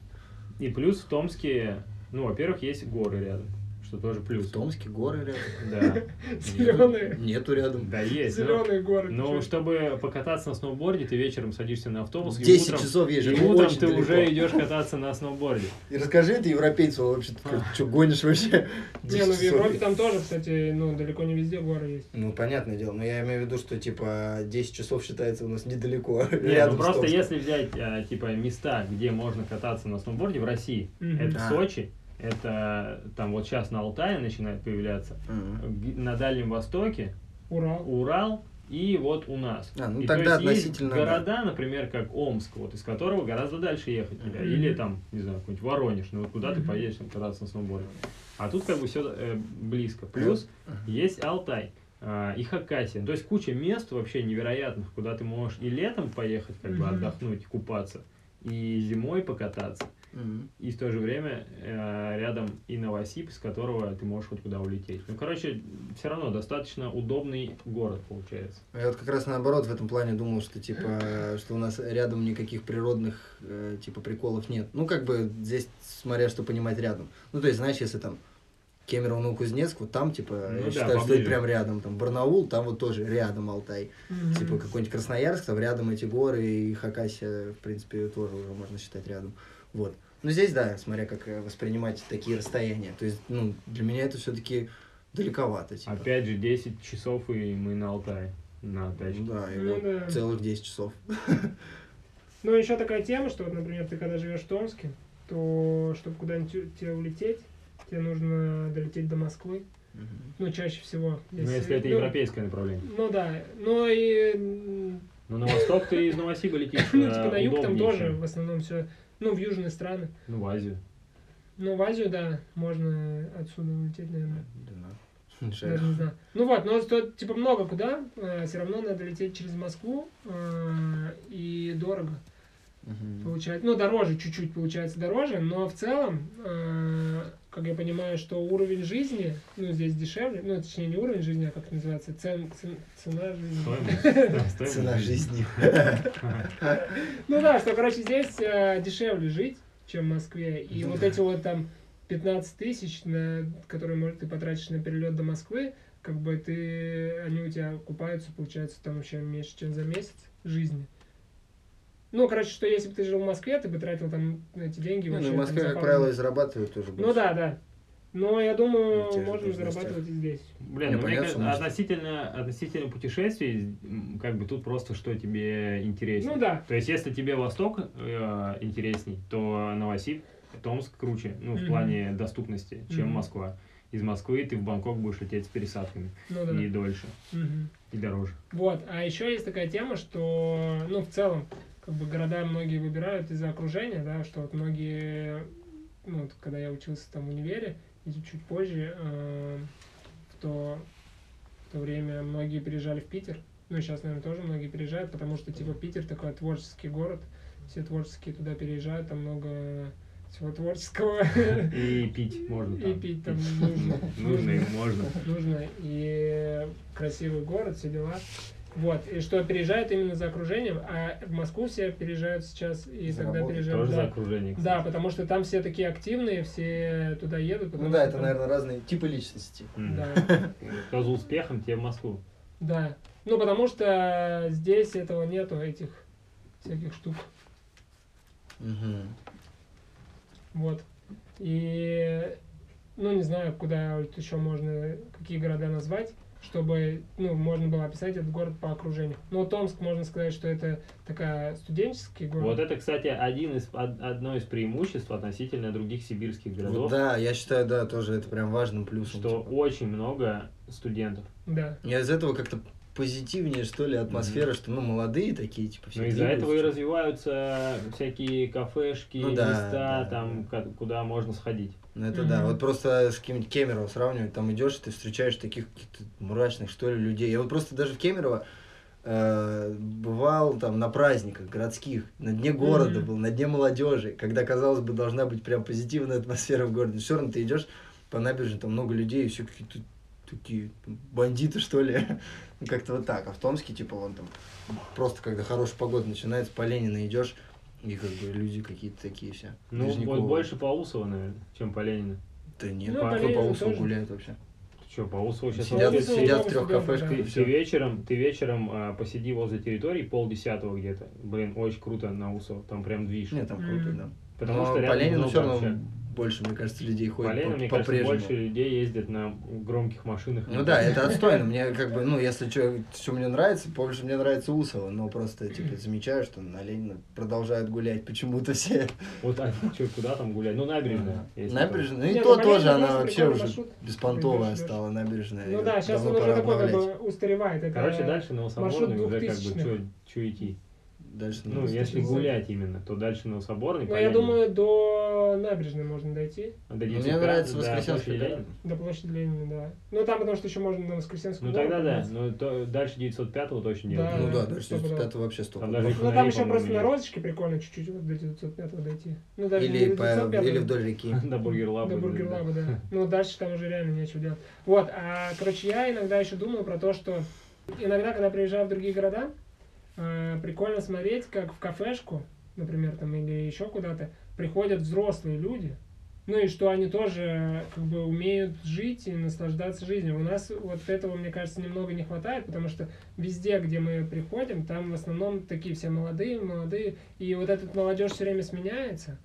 A: И плюс в Томске, ну, во-первых, есть горы рядом, что тоже
B: В
A: плюс.
B: Томске горы рядом.
A: Да.
C: Зеленые.
B: Нету- Нету рядом.
A: Да, есть. ну, но-
C: Зеленые горы.
A: Но
C: чё?
A: чтобы покататься на сноуборде, ты вечером садишься на автобус, и
B: 10
A: утром,
B: часов
A: и
B: езжу. это
A: утром
B: очень
A: ты
B: далеко.
A: уже идешь кататься на сноуборде.
B: И расскажи это европейцу вообще, что гонишь вообще?
C: Не, ну в
B: 10 часов
C: Европе
B: ехать.
C: там тоже, кстати, ну далеко не везде горы есть.
B: Ну, понятное дело, но я имею в виду, что, типа, 10 часов считается у нас недалеко.
A: Не,
B: рядом
A: ну
B: с
A: просто
B: Томском.
A: если взять, а, типа, места, где можно кататься на сноуборде в России,
C: Мгм.
A: это
B: А.
A: Сочи, это там вот сейчас на Алтае начинает появляться,
B: Мгм.
A: г- на Дальнем Востоке,
C: Урал.
A: Урал и вот у нас.
B: А, ну
A: И то
B: тогда
A: есть есть
B: относительно, да.
A: города, например, как Омск, вот из которого гораздо дальше ехать. тебя.
B: Мгм.
A: Или там, не знаю, какой-нибудь Воронеж, ну вот куда ты
C: Мгм.
A: поедешь там кататься на сноуборде. А тут как бы все близко. Плюс
B: Мгм.
A: есть Алтай а, и Хакасия. То есть куча мест вообще невероятных, куда ты можешь и летом поехать, как бы
C: Мгм.
A: отдохнуть, купаться, и зимой покататься.
B: Мгм.
A: И в то же время э, рядом и Новосиб, из которого ты можешь хоть куда улететь. Ну, короче, все равно достаточно удобный город получается.
B: Я вот как раз наоборот в этом плане думал, что типа, что у нас рядом никаких природных э, типа приколов нет. Ну, как бы здесь, смотря что понимать рядом. Ну, то есть, знаешь, если там Кемерово, Кузнецк, вот там, типа,
A: Ну
B: я
A: да,
B: считаю, что это
A: поближе.
B: прям рядом. Там Барнаул, там вот тоже рядом Алтай.
C: Мгм.
B: Типа какой-нибудь Красноярск, там рядом эти горы и Хакасия, в принципе, тоже уже можно считать рядом. Вот. Но здесь, да, смотря как э, воспринимать такие расстояния. То есть, ну, для меня это все-таки далековато. Типа.
A: Опять же, 10 часов, и мы на Алтае, на тачке.
B: Ну да, и
C: Ну
B: вот
C: да.
B: целых 10 часов.
C: Ну, еще такая тема, что, вот, например, ты когда живешь в Томске, то, чтобы куда-нибудь у- тебе улететь, тебе нужно долететь до Москвы. Ну, чаще всего.
A: Ну, если это
C: ну,
A: европейское направление.
C: Ну да, ну и м,
A: Но на восток ты из Новосиба летишь.
C: ну,
A: э,
C: типа на юг там
A: удобнее,
C: тоже
A: чем-
C: в основном все, ну в южные страны.
A: Ну, в Азию.
C: Ну в Азию, да, можно отсюда улететь, наверное.
B: Да.
C: Даже не знаю. Ну вот, но то, типа много куда, все равно надо лететь через Москву э, и дорого.
B: Мгм.
C: Получается, ну дороже, чуть-чуть получается дороже, но в целом, э, как я понимаю, что уровень жизни, ну здесь дешевле, ну точнее не уровень жизни, а как это называется, цен, цен- цена жизни.
A: Стоимость. да, стоимость.
B: Цена жизни.
C: Ну да, что, короче, здесь э, дешевле жить, чем в Москве. И
B: Ну
C: вот
B: да.
C: эти вот там 15 тысяч, на, которые, может, ты потратишь на перелет до Москвы, как бы ты, они у тебя купаются, получается, там вообще меньше, чем за месяц жизни. Ну, короче, что если бы ты жил в Москве, ты бы тратил там эти деньги
B: Ну,
C: вообще
B: и в
C: там
B: Москве,
C: за
B: как
C: пару
B: правило, и
C: дней.
B: зарабатывают тоже больше.
C: Ну да, да. Но я думаю,
B: На тех же
C: можно
B: должностях.
C: зарабатывать и здесь.
A: Блин,
B: Не,
A: ну,
B: понятно,
A: мне кажется,
B: что может.
A: относительно, относительно путешествий, м, как бы тут просто что тебе интереснее.
C: Ну да.
A: То есть, если тебе Восток э, интересней, то Новосиб, Томск круче, ну, в
C: Мгм.
A: плане доступности, чем
C: Мгм.
A: Москва. Из Москвы ты в Бангкок будешь лететь с пересадками.
C: Ну да.
A: И дольше,
C: Мгм.
A: и дороже.
C: Вот, а еще есть такая тема, что, ну, в целом, как бы города многие выбирают из-за окружения, да, что вот многие, ну, вот когда я учился там в универе, и чуть позже, э, в, то, в то время многие переезжали в Питер, ну, и сейчас, наверное, тоже многие переезжают, потому что, типа, Питер такой творческий город, все творческие туда переезжают, там много всего творческого.
A: И пить можно
C: И
A: там.
C: пить там нужно.
A: Нужно и можно.
C: Нужно. И красивый город, все дела. Вот, и что переезжают именно за окружением, а в Москву все переезжают сейчас, и
B: За
C: тогда
B: работой
C: переезжают...
A: Тоже
C: да.
A: за окружение. кстати.
C: Да, потому что там все такие активные, все туда едут.
B: Ну
C: потому
B: да,
C: что
B: это,
C: там-
B: наверное, разные типы личности.
A: М.
C: Да,
A: Кто за успехом, тебе в Москву.
C: да. Ну, потому что здесь этого нету, этих всяких штук.
B: Мгм.
C: Вот. И, ну, не знаю, куда вот еще можно, какие города назвать, чтобы, ну, можно было описать этот город по окружению. Ну, Томск, можно сказать, что это такая студенческий город.
A: Вот это, кстати, один из, од- одно из преимуществ относительно других сибирских
B: Вот
A: городов,
B: да, я считаю, да, тоже это прям важным плюсом.
A: что
B: типа.
A: очень много студентов.
C: Да.
B: Я из этого как-то позитивнее, что ли, атмосфера, что, ну, молодые такие, типа, все
A: Но из-за этого и
B: двигаются.
A: развиваются всякие кафешки,
B: Ну да,
A: места,
B: да,
A: там,
B: да.
A: ка- куда можно сходить.
B: Ну это да,
C: Мгм.
B: вот просто с каким-нибудь Кемерово сравнивать, там идешь, и ты встречаешь таких каких-то мрачных, что ли, людей. Я вот просто даже в Кемерово э, бывал там на праздниках городских, на дне города
C: Мгм.
B: был, на дне молодежи, когда, казалось бы, должна быть прям позитивная атмосфера в городе. Все равно ты идешь по набережной, там много людей, и все какие-то такие бандиты, что ли. Ну, Как-то вот так. А в Томске, типа, вон там просто, когда хорошая погода начинается, по Ленина идешь, и как бы люди какие-то такие все.
A: Ну,
B: движниковые.
A: вот больше по Усово, наверное, чем по Ленину.
B: Да нет,
C: Ну,
B: по,
C: болезнь
B: по Усу
C: тоже.
B: гуляет вообще.
A: Ты что, по Усово Ну, сейчас...
B: Сидят,
A: вообще
C: Усово
A: все-
B: сидят
C: много
B: в трех
C: студентов,
B: кафешках
C: да.
B: и
A: Ты, ты
B: все.
A: вечером, ты вечером а, посиди возле территории полдесятого где-то. Блин, очень круто на Усово, там прям движ.
B: Нет, там круто,
C: М.
B: да.
A: Потому
B: Но
A: что
B: по
A: рядом
B: Ленину
A: много
B: все равно
A: вообще.
B: больше, мне кажется, людей
A: По
B: ходит
A: Ленину,
B: по-
A: мне кажется,
B: по-прежнему.
A: больше людей ездят на громких машинах.
B: Ну да, это отстойно. Мне как бы, ну, если что, что мне нравится, больше мне нравится Усова, но просто, типа, замечаю, что на Ленина продолжают гулять почему-то все.
A: Вот, а чё, куда там гулять? Ну, набережная. есть
B: Набережная, ну и
C: Нет,
B: то
C: ну,
B: тоже,
C: Ленина
B: она
C: классный,
B: вообще
C: прикольный
B: уже
C: маршрут.
B: беспонтовая
C: Идёшь, идёшь.
B: стала набережная.
C: Ну
B: её
C: да, сейчас он
B: давно
C: уже
B: пора
C: такой как
B: обновлять.
C: бы устаревает. Это...
A: такое. Короче, дальше на Новособорный
C: маршрут
A: уже как бы
C: 2000-х.
A: чё, чё идти.
B: Дальше
A: Ну,
B: надо
A: если
B: смотреть.
A: гулять именно, то дальше на Новособорный.
C: Ну,
A: по
C: я
A: Ленину.
C: думаю, до набережной можно дойти,
A: До 10
B: Ну, Мне
A: утра,
B: нравится
A: да,
B: Воскресенский
A: площади
B: город.
A: Ленина.
C: до площади Ленина, да. Ну, там, потому что еще можно на Воскресенскую
A: Ну,
C: гору
A: тогда да,
C: подняться.
A: но то- дальше 905-го точно не
C: Да.
B: Ну
A: делать.
B: да, дальше
C: Стопудово.
B: это вообще сто.
A: Там даже и
C: Ну,
A: фонари,
C: там еще
A: по-моему,
C: просто
A: есть.
C: на розочке прикольно чуть-чуть вот до 905 дойти. Ну, даже
B: Или,
C: не
B: по,
C: до 905,
B: или
C: но-
B: вдоль реки.
A: До бургерлаба.
C: До
A: да,
C: бургерлаба, да. Ну, дальше там уже реально нечего делать. Вот, а, короче, я иногда еще думаю про то, что иногда, когда приезжаю в другие города, э, прикольно смотреть, как в кафешку, например, там, или еще куда-то, приходят взрослые люди, ну и что они тоже как бы умеют жить и наслаждаться жизнью. У нас вот этого, мне кажется, немного не хватает, потому что везде, где мы приходим, там в основном такие все молодые, молодые, и вот этот молодежь все время сменяется.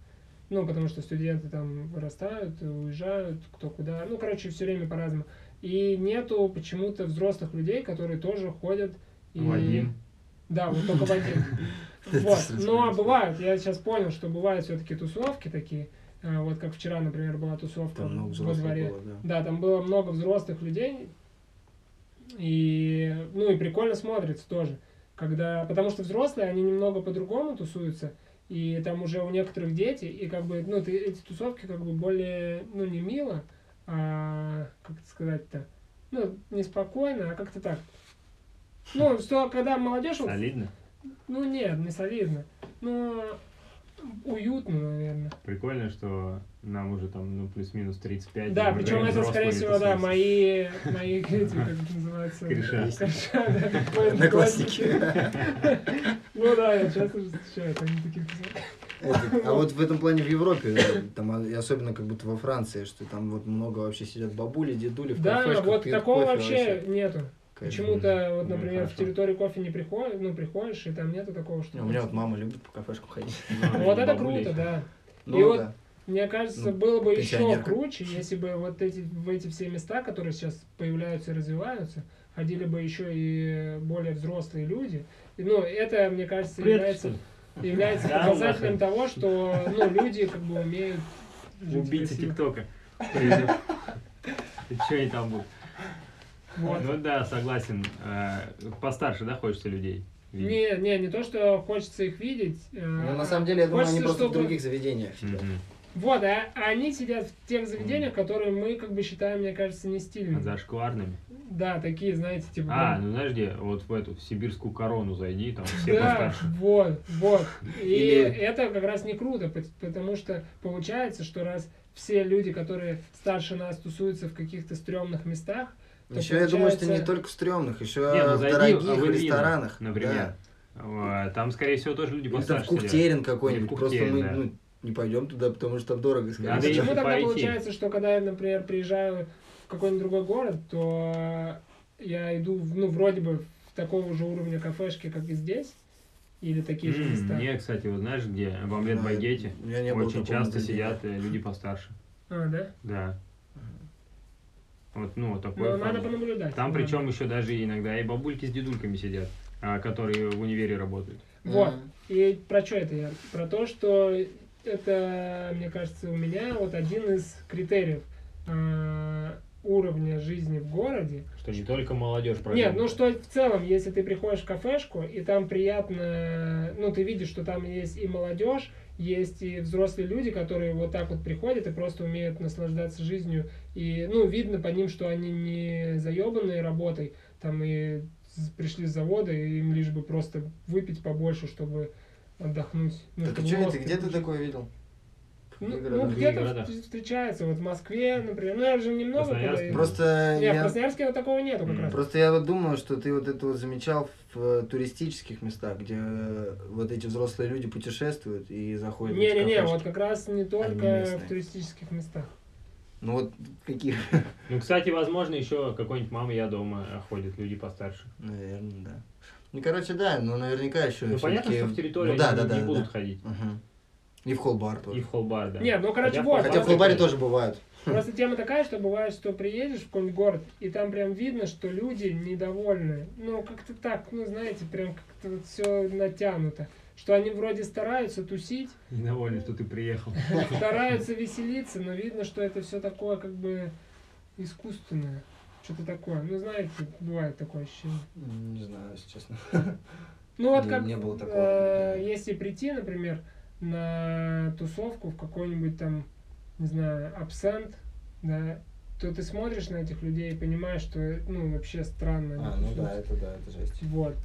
C: Ну, потому что студенты там вырастают, уезжают, кто куда. Ну, короче, все время по-разному. И нету почему-то взрослых людей, которые тоже ходят. И...
A: В один.
C: Да, вот только в один. Вот. Ну, а бывают, я сейчас понял, что бывают все-таки тусовки такие. А, Вот как вчера, например, была тусовка
B: Там много
C: во
B: взрослых
C: дворе.
B: было, да.
C: Да, там было много взрослых людей. И, ну, и прикольно смотрится тоже. Когда, потому что взрослые, они немного по-другому тусуются. И там уже у некоторых дети. И как бы, ну, ты, эти тусовки как бы более, ну, не мило, а, как это сказать-то, ну, неспокойно, а как-то так. Ну, что, когда молодежь вот
A: Солидно,
C: ну нет, не солидно. но уютно, наверное.
A: прикольно, что нам уже там, ну, плюс-минус 35.
C: да,
A: мы
C: причем
A: прям
C: это, скорее
A: взрослые
C: всего, да,
A: тусуемся.
C: мои, мои эти, как это называется?
A: Кореша.
C: Кореша, да. мои
B: Одноклассники.
C: одноклассники. Ну да, я часто же встречаю, они такие пацаны.
B: Это- а вот в этом плане в Европе, э, там, а- и особенно как будто во Франции, что там вот много вообще сидят бабули, дедули в
C: Да,
B: кафешках,
C: вот
B: пьют
C: такого
B: кофе
C: вообще нету.
B: Кайф.
C: Почему-то, вот,
A: Ну,
C: например, в
A: хорошо.
C: территорию кофе не приходишь, ну, приходишь, и там нету такого, что...
B: Не, У меня вот мама любит по кафешкам ходить.
A: Ну,
C: Вот это
A: бабули
C: круто,
A: еще.
C: да.
B: Ну
C: И вот-
B: да.
C: Мне кажется,
B: Ну,
C: было бы еще
B: пенсионерка.
C: круче, если бы вот эти, в эти все места, которые сейчас появляются и развиваются, ходили бы еще и более взрослые люди. И, ну, это, мне кажется,
A: Привет,
C: является,
A: что ли?
C: является
A: Да,
C: показателем
A: нахрен.
C: того, что ну, люди как бы умеют жить
A: Убийцы
C: красиво.
A: ТикТока. Привет. Ты чё они там будут?
C: Вот.
A: Ну да, согласен. Э, Постарше, да, хочется людей? видеть?
C: Не, не, не то, что хочется их видеть. э,
B: Но Ну, на самом деле, я думаю,
C: хочется,
B: они просто в
C: чтобы-
B: других заведениях сидят.
A: Мгм.
C: Вот, а а они сидят в тех заведениях, которые мы как бы считаем, мне кажется, не стильными.
A: За шкварными.
C: Да, такие, знаете, типа...
A: А,
C: прям-
A: ну знаешь где, вот в эту в сибирскую корону зайди, там все
C: Да,
A: постарше.
C: вот, вот. И
B: Или-
C: это как раз не круто, пот- потому что получается, что раз все люди, которые старше нас, тусуются в каких-то стрёмных местах, то
B: Еще я думаю, что не
C: получается-
B: только в стрёмных, еще
A: Не, ну
B: в
A: зайди
B: дорогих
A: в Эльвину,
B: ресторанах.
A: например.
B: да.
A: А, Там, скорее всего, тоже люди
B: Или там в
A: постарше сидят.
B: Кухтерин
A: Или
B: какой-нибудь.
A: в
B: Просто
A: Кухтерин,
B: мы
A: да.
B: ну, не пойдем туда, потому что там дорого, скорее
A: Надо
B: всего.
C: А Почему
A: ещё
C: тогда
A: пойти.
C: получается, что когда я, например, приезжаю в какой-нибудь другой город, то я иду, в- ну, вроде бы, в такого же уровня кафешки, как и здесь, или такие же
A: М,
C: места?
A: Не, кстати, вот знаешь где, в
B: Да,
A: Омлет-Багете
B: у меня не было
A: очень
B: такого
A: часто
B: нигде.
A: сидят э, люди постарше.
C: А, да?
A: Да. Вот, ну, вот такое.
C: Ну, надо
A: формат.
C: понаблюдать.
A: Там
C: надо.
A: причем еще даже иногда и бабульки с дедульками сидят, а, которые в универе работают.
C: Вот.
B: Мгм.
C: И про что это я? Про то, что это, мне кажется, у меня вот один из критериев а, уровня жизни в городе.
A: Что не только молодежь
C: Нет, ну что в целом, если ты приходишь в кафешку, и там приятно, ну ты видишь, что там есть и молодежь, есть и взрослые люди, которые вот так вот приходят и просто умеют наслаждаться жизнью. И, ну, видно по ним, что они не заебанные работой, там и с- пришли с завода, и им лишь бы просто выпить побольше, чтобы отдохнуть. Ну,
B: Так а
C: чтобы
B: чё
C: мозг
B: ты где ты
C: отключить.
B: такое видел? В
C: Ну,
B: каких
C: ну,
B: городах?
A: где-
C: где-то
A: городах?
C: в- встречается, вот в Москве, например. Ну, я же немного...
A: Красноярск,
C: когда-
B: Просто
C: Не, в
B: я
C: Красноярске вот такого нету как
A: М,
C: раз.
B: Просто я вот думаю, что ты вот это вот замечал в э, туристических местах, где э, вот эти взрослые люди путешествуют и заходят в эти
C: Не-не-не,
B: кафешки.
C: вот как раз не только
B: местные.
C: в туристических местах.
B: Ну вот каких,
A: Ну, кстати, возможно, еще какой-нибудь мама я дома э, ходит, люди постарше.
B: наверное, да. Ну, короче, да, но наверняка еще
A: Ну, понятно, что в территории
B: да,
A: они
B: да,
A: не,
B: да, да,
A: будут
B: да.
A: ходить.
B: Мгм. И в холл-бар тоже.
A: И в холл-бар, да.
C: Нет, ну короче,
A: Хотя в
C: вот.
B: Хотя в
A: холл-баре
C: просто-
B: холл-баре тоже
A: холл-бар-
B: бывают.
C: Просто тема такая, что бывает, что приедешь в какой-нибудь город, и там прям видно, что люди недовольны. Ну, как-то так, ну, знаете, прям как-то вот все натянуто. Что они вроде стараются тусить,
A: Недоволен, что ты приехал.
C: стараются веселиться, но видно, что это все такое как бы искусственное. Что-то такое. Ну, знаете, бывает такое ощущение.
B: М, Не знаю, если честно. А,
C: Ну вот
B: Не-
C: как
B: не было такого.
C: э, если прийти, например, на тусовку в какой-нибудь там, не знаю, абсент, да, то ты смотришь на этих людей и понимаешь, что ну вообще странно. они
B: А, ну да, Э,
C: тусуются.
B: это да, это жесть.
C: Вот.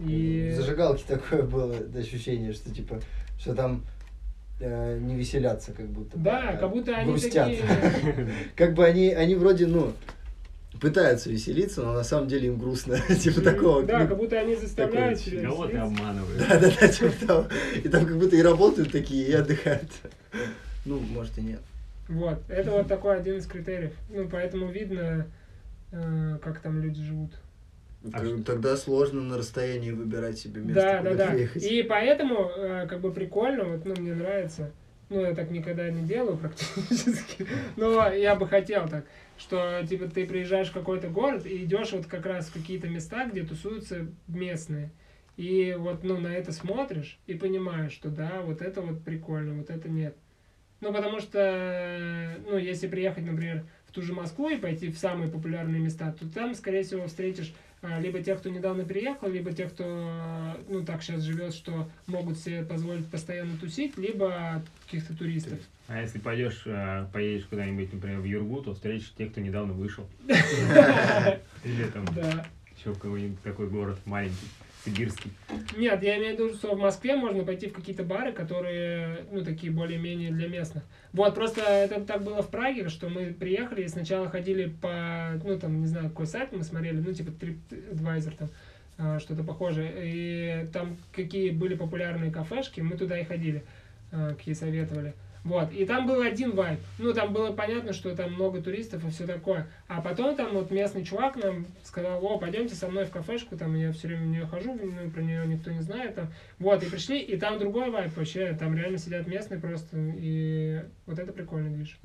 C: И
B: В зажигалке такое было ощущение, что типа, что там э, не веселятся, как будто. бы,
C: да,
B: а
C: как будто они
B: грустят.
C: такие.
B: Как бы они, они вроде, ну, пытаются веселиться, но на самом деле им грустно, типа такого.
C: Да,
B: ну,
C: как будто они заставляют
B: такое,
C: себя.
A: Кого ты
C: веселиться.
A: обманываешь?
B: да, да, да, типа того. И там как будто и работают такие, и отдыхают. Ну, может и нет.
C: Вот. Это вот такой один из критериев. Ну, поэтому видно, э, как там люди живут.
A: А что-
B: Ну, Тогда сложно на расстоянии выбирать себе место,
C: Да, да,
B: куда
C: да.
B: приехать.
C: И поэтому, э, как бы прикольно, вот, ну, мне нравится. Ну, я так никогда не делаю практически. Но я бы хотел так, что, типа, ты приезжаешь в какой-то город и идешь вот как раз в какие-то места, где тусуются местные. И вот, ну, на это смотришь и понимаешь, что да, вот это вот прикольно, вот это нет. Ну, потому что, э, ну, если приехать, например, в ту же Москву и пойти в самые популярные места, то там, скорее всего, встретишь а, либо тех, кто недавно переехал, либо тех, кто э, ну так сейчас живет, что могут себе позволить постоянно тусить, либо каких-то туристов.
A: А если пойдешь, э, поедешь куда-нибудь, например, в Юргу, то встретишь тех, кто недавно вышел. Или там
C: Да.
A: еще в какой-нибудь такой город маленький, сибирский.
C: Нет, я имею в виду, что в Москве можно пойти в какие-то бары, которые, ну, такие более-менее для местных. Вот, просто это так было в Праге, что мы приехали и сначала ходили по, ну, там, не знаю, какой сайт мы смотрели, ну, типа TripAdvisor там, а, что-то похожее. И там какие были популярные кафешки, мы туда и ходили, а, какие советовали. Вот, и там был один вайб. Ну, там было понятно, что там много туристов и все такое. А потом там вот местный чувак нам сказал, о, пойдемте со мной в кафешку, там я все время в нее хожу, ну, про нее никто не знает. Там. Вот, и пришли, и там другой вайб вообще, там реально сидят местные просто, и вот это прикольно, видишь.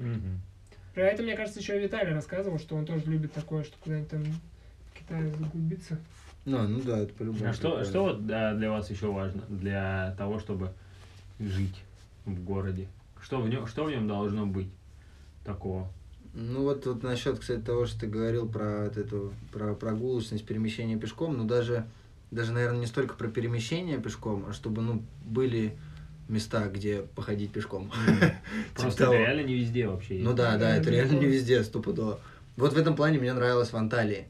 C: Про это, мне кажется, еще и Виталий рассказывал, что он тоже любит такое, что куда-нибудь там в Китае заглубиться.
B: Ну, ну да, это по-любому.
A: А что,
B: прикольно.
A: что вот да, для вас еще важно, для того, чтобы жить в городе? Что в нем, что в нем должно быть такого?
B: Ну вот, вот насчет, кстати, того, что ты говорил про вот эту, про прогулочность, перемещение пешком, но даже, даже, наверное, не столько про перемещение пешком, а чтобы, ну, были места, где походить пешком. Типа
A: Просто это
B: того.
A: реально не везде вообще. есть.
B: Ну да, да, это реально не везде, стопудово. Вот в этом плане мне нравилось в Анталии.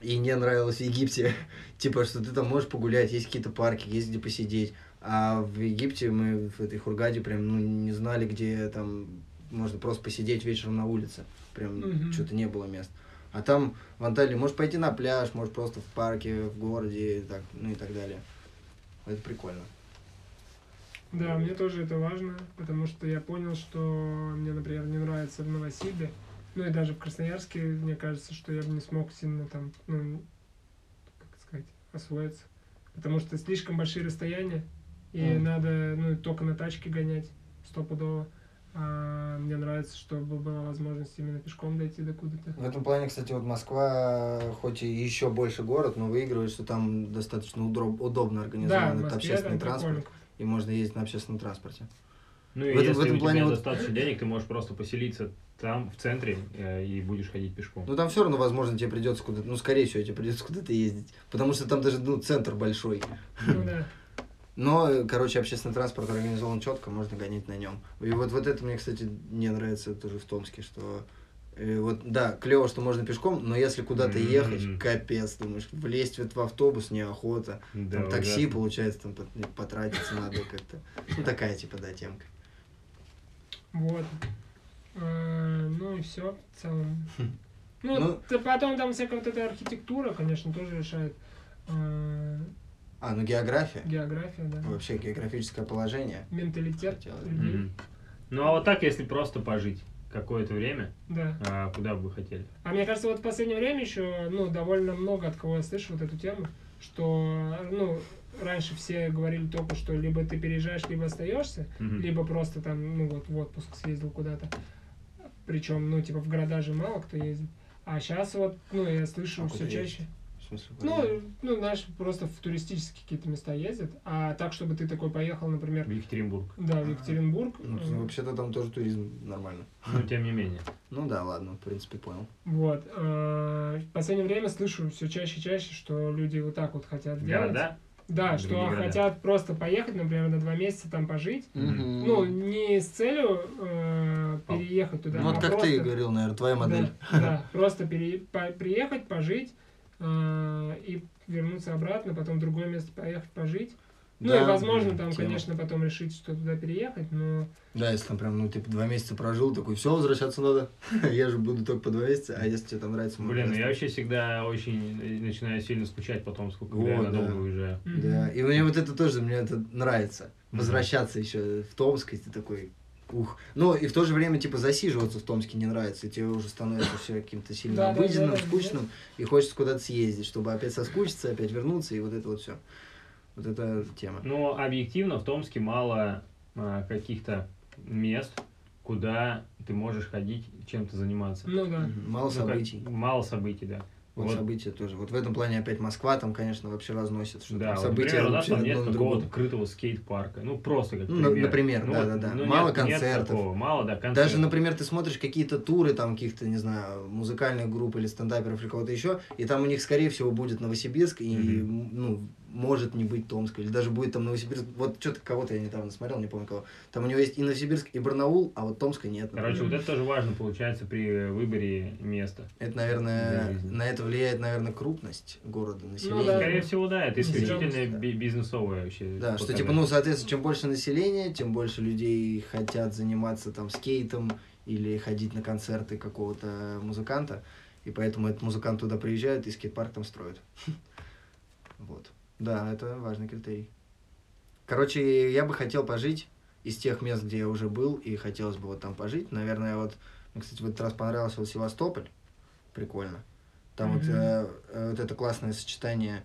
B: И мне нравилось в Египте, типа, что ты там можешь погулять, есть какие-то парки, есть где посидеть. А в Египте мы в этой Хургаде прям ну, не знали, где там можно просто посидеть вечером на улице. Прям
C: Мгм.
B: что-то не было мест. А там в Анталии можешь пойти на пляж, можешь просто в парке, в городе, и так, ну и так далее. Это прикольно.
C: Да, мне тоже это важно, потому что я понял, что мне, например, не нравится в Новосибе, ну и даже в Красноярске, мне кажется, что я бы не смог сильно там, ну, как это сказать, освоиться. Потому что слишком большие расстояния, и
B: Мгм.
C: надо, ну, и только на тачке гонять стопудово. А мне нравится, чтобы была возможность именно пешком дойти до куда-то.
B: В этом плане, кстати, вот Москва, хоть и еще больше город, но выигрывает, что там достаточно удроб- удобно
C: Да,
B: организован
C: в
B: этот
C: Москве
B: общественный
C: там
B: транспорт,
C: прикольно.
B: и можно ездить на общественном транспорте.
A: Ну и
B: В этом-
A: если
B: в этом
A: у
B: плане
A: тебя
B: вот-
A: достаточно денег, ты можешь просто поселиться там, в центре, э, и будешь ходить пешком.
B: Ну там все равно, возможно, тебе придется куда-то, ну скорее всего, тебе придется куда-то ездить, потому что там даже, ну, центр большой.
C: Ну да.
B: Но, э, короче, общественный транспорт организован четко, можно гонять на нем. И вот, вот это мне, кстати, не нравится тоже в Томске, что э, вот, да, клево, что можно пешком, но если куда-то
A: Мгм.
B: ехать, капец, думаешь, влезть в этот автобус неохота,
A: Да,
B: там ну, такси,
A: ужасно.
B: получается, там пот- потратиться надо как-то. Ну, такая, типа, да, темка.
C: Вот. А, Ну и все в целом. Ну,
B: Ну.
C: т- потом там всякая вот эта архитектура, конечно, тоже решает а,
B: А, ну география.
C: география, да.
B: Вообще географическое положение.
C: Менталитет
B: Хотелось бы.
C: людей.
A: Мгм. Ну а вот так, если просто пожить какое-то время,
C: Да.
A: а, куда бы вы хотели?
C: А мне кажется, вот в последнее время еще, ну, довольно много от кого я слышу вот эту тему, что, ну, раньше все говорили только, что либо ты переезжаешь, либо остаешься,
A: Мгм.
C: либо просто там, ну вот в отпуск съездил куда-то. Причем, ну, типа в города же мало кто ездит. А сейчас вот, ну, я слышу
B: А
C: все
B: куда
C: чаще.
B: В смысле,
C: Ну, ну, знаешь, просто в туристические какие-то места ездят, а так, чтобы ты такой поехал, например,
A: В Екатеринбург.
C: да, в Екатеринбург,
B: Ну,
C: э,
B: ну, вообще-то там тоже туризм нормально.
A: Ну, тем не менее.
B: Ну да, ладно, в принципе, понял.
C: вот. э, В последнее время слышу все чаще и чаще, что люди вот так вот хотят делать.
A: Города?
C: Да,
A: Другие
C: что
A: города.
C: хотят просто поехать, например, на два месяца там пожить.
A: Мгм.
C: Ну, не с целью э, переехать туда,
B: Ну, вот
C: а
B: как ты и
C: просто-
B: говорил, наверное, твоя модель.
C: Да, да, просто пере- по- приехать, пожить э, и вернуться обратно, потом в другое место поехать, пожить. Ну
B: Да,
C: и, возможно, там,
B: тема.
C: конечно, потом решить, что туда переехать, но...
B: Да, если там прям, ну, типа, два месяца прожил, такой, все, возвращаться надо. Я же буду только по два месяца, а если тебе там нравится... можно
A: Блин, ну я
B: остаться.
A: вообще всегда очень э, начинаю сильно скучать потом, сколько когда я
B: Вот, да.
A: надолго уезжаю.
C: мгм.
B: Да, и мне вот это тоже, мне это нравится. Возвращаться еще в Томск, и ты такой, ух. Ну, и в то же время, типа, засиживаться в Томске не нравится, и тебе уже становится все каким-то сильно
C: Да, да, да,
B: обыденным,
C: да, да.
B: скучным, и хочется куда-то съездить, чтобы опять соскучиться, опять вернуться, и вот это вот все. Вот эта тема.
A: Но Ну, объективно в Томске мало а, каких-то мест, куда ты можешь ходить, чем-то заниматься.
C: Ну да.
B: Мгм. Мало
A: Ну, как-
B: событий.
A: мало событий, да.
B: Вот,
A: Вот.
B: события тоже. Вот в этом плане опять Москва там, конечно, вообще разносит. Что
A: Да,
B: там
A: вот,
B: события
A: например, у нас
B: вообще
A: там нет
B: одно на
A: какого-то
B: другом.
A: крытого скейт-парка. Ну, просто как
B: Ну, на-
A: пример.
B: например,
A: Ну,
B: да,
A: вот,
B: да, да.
A: ну,
B: Мало
A: нет- нет
B: концертов.
A: такого, мало, да, концертов.
B: Даже, например, ты смотришь какие-то туры там каких-то, не знаю, музыкальных групп или стендаперов или кого-то еще, и там у них, скорее всего, будет Новосибирск, и,
A: Мгм.
B: м, ну, может не быть Томск, или даже будет там Новосибирск. Вот что-то кого-то я недавно смотрел, не помню кого. Там у него есть и Новосибирск, и Барнаул, а вот Томска нет. например.
A: Короче, вот это тоже важно, получается, при выборе места.
B: Это, наверное,
A: Да, жизнь.
B: на это влияет, наверное, крупность города, населения.
C: Ну да.
A: Скорее всего, да, это исключительно
B: Населенность, да.
A: би- бизнесовое вообще.
B: Да, что типа,
A: показатель.
B: ну, соответственно, чем больше населения, тем больше людей хотят заниматься там скейтом или ходить на концерты какого-то музыканта. И поэтому этот музыкант туда приезжает и скейт-парк там строит. Вот. Да, это важный критерий. Короче, я бы хотел пожить из тех мест, где я уже был, и хотелось бы вот там пожить. Наверное, вот, мне, кстати, в этот раз понравился вот Севастополь. Прикольно. Там вот,
C: Мгм.
B: э, э, вот это классное сочетание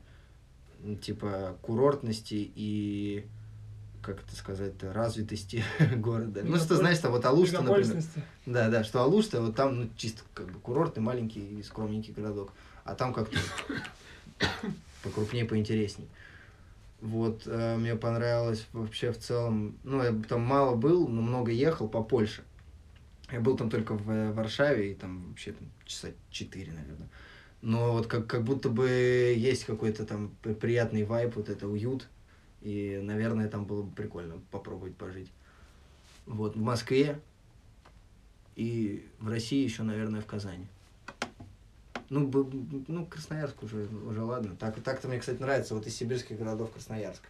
B: м, типа курортности и как это сказать-то, развитости города. Ну, что,
C: Мегаполис-
B: знаешь, там вот Алушта, например.
C: Мегаполисности.
B: Да, да, что Алушта, вот там, ну, чисто как бы курортный, маленький и скромненький городок. А там как-то покрупнее, поинтересней. Вот, э, мне понравилось вообще в целом, ну, я там мало был, но много ехал по Польше. Я был там только в э, Варшаве, и там вообще там, часа четыре, наверное. Но вот как, как будто бы есть какой-то там п- приятный вайб, вот это уют. И, наверное, там было бы прикольно попробовать пожить. Вот, в Москве и в России еще, наверное, в Казани. Ну, б- б- ну Красноярск уже, уже ладно. Так, так-то мне, кстати, нравится. Вот из сибирских городов Красноярск.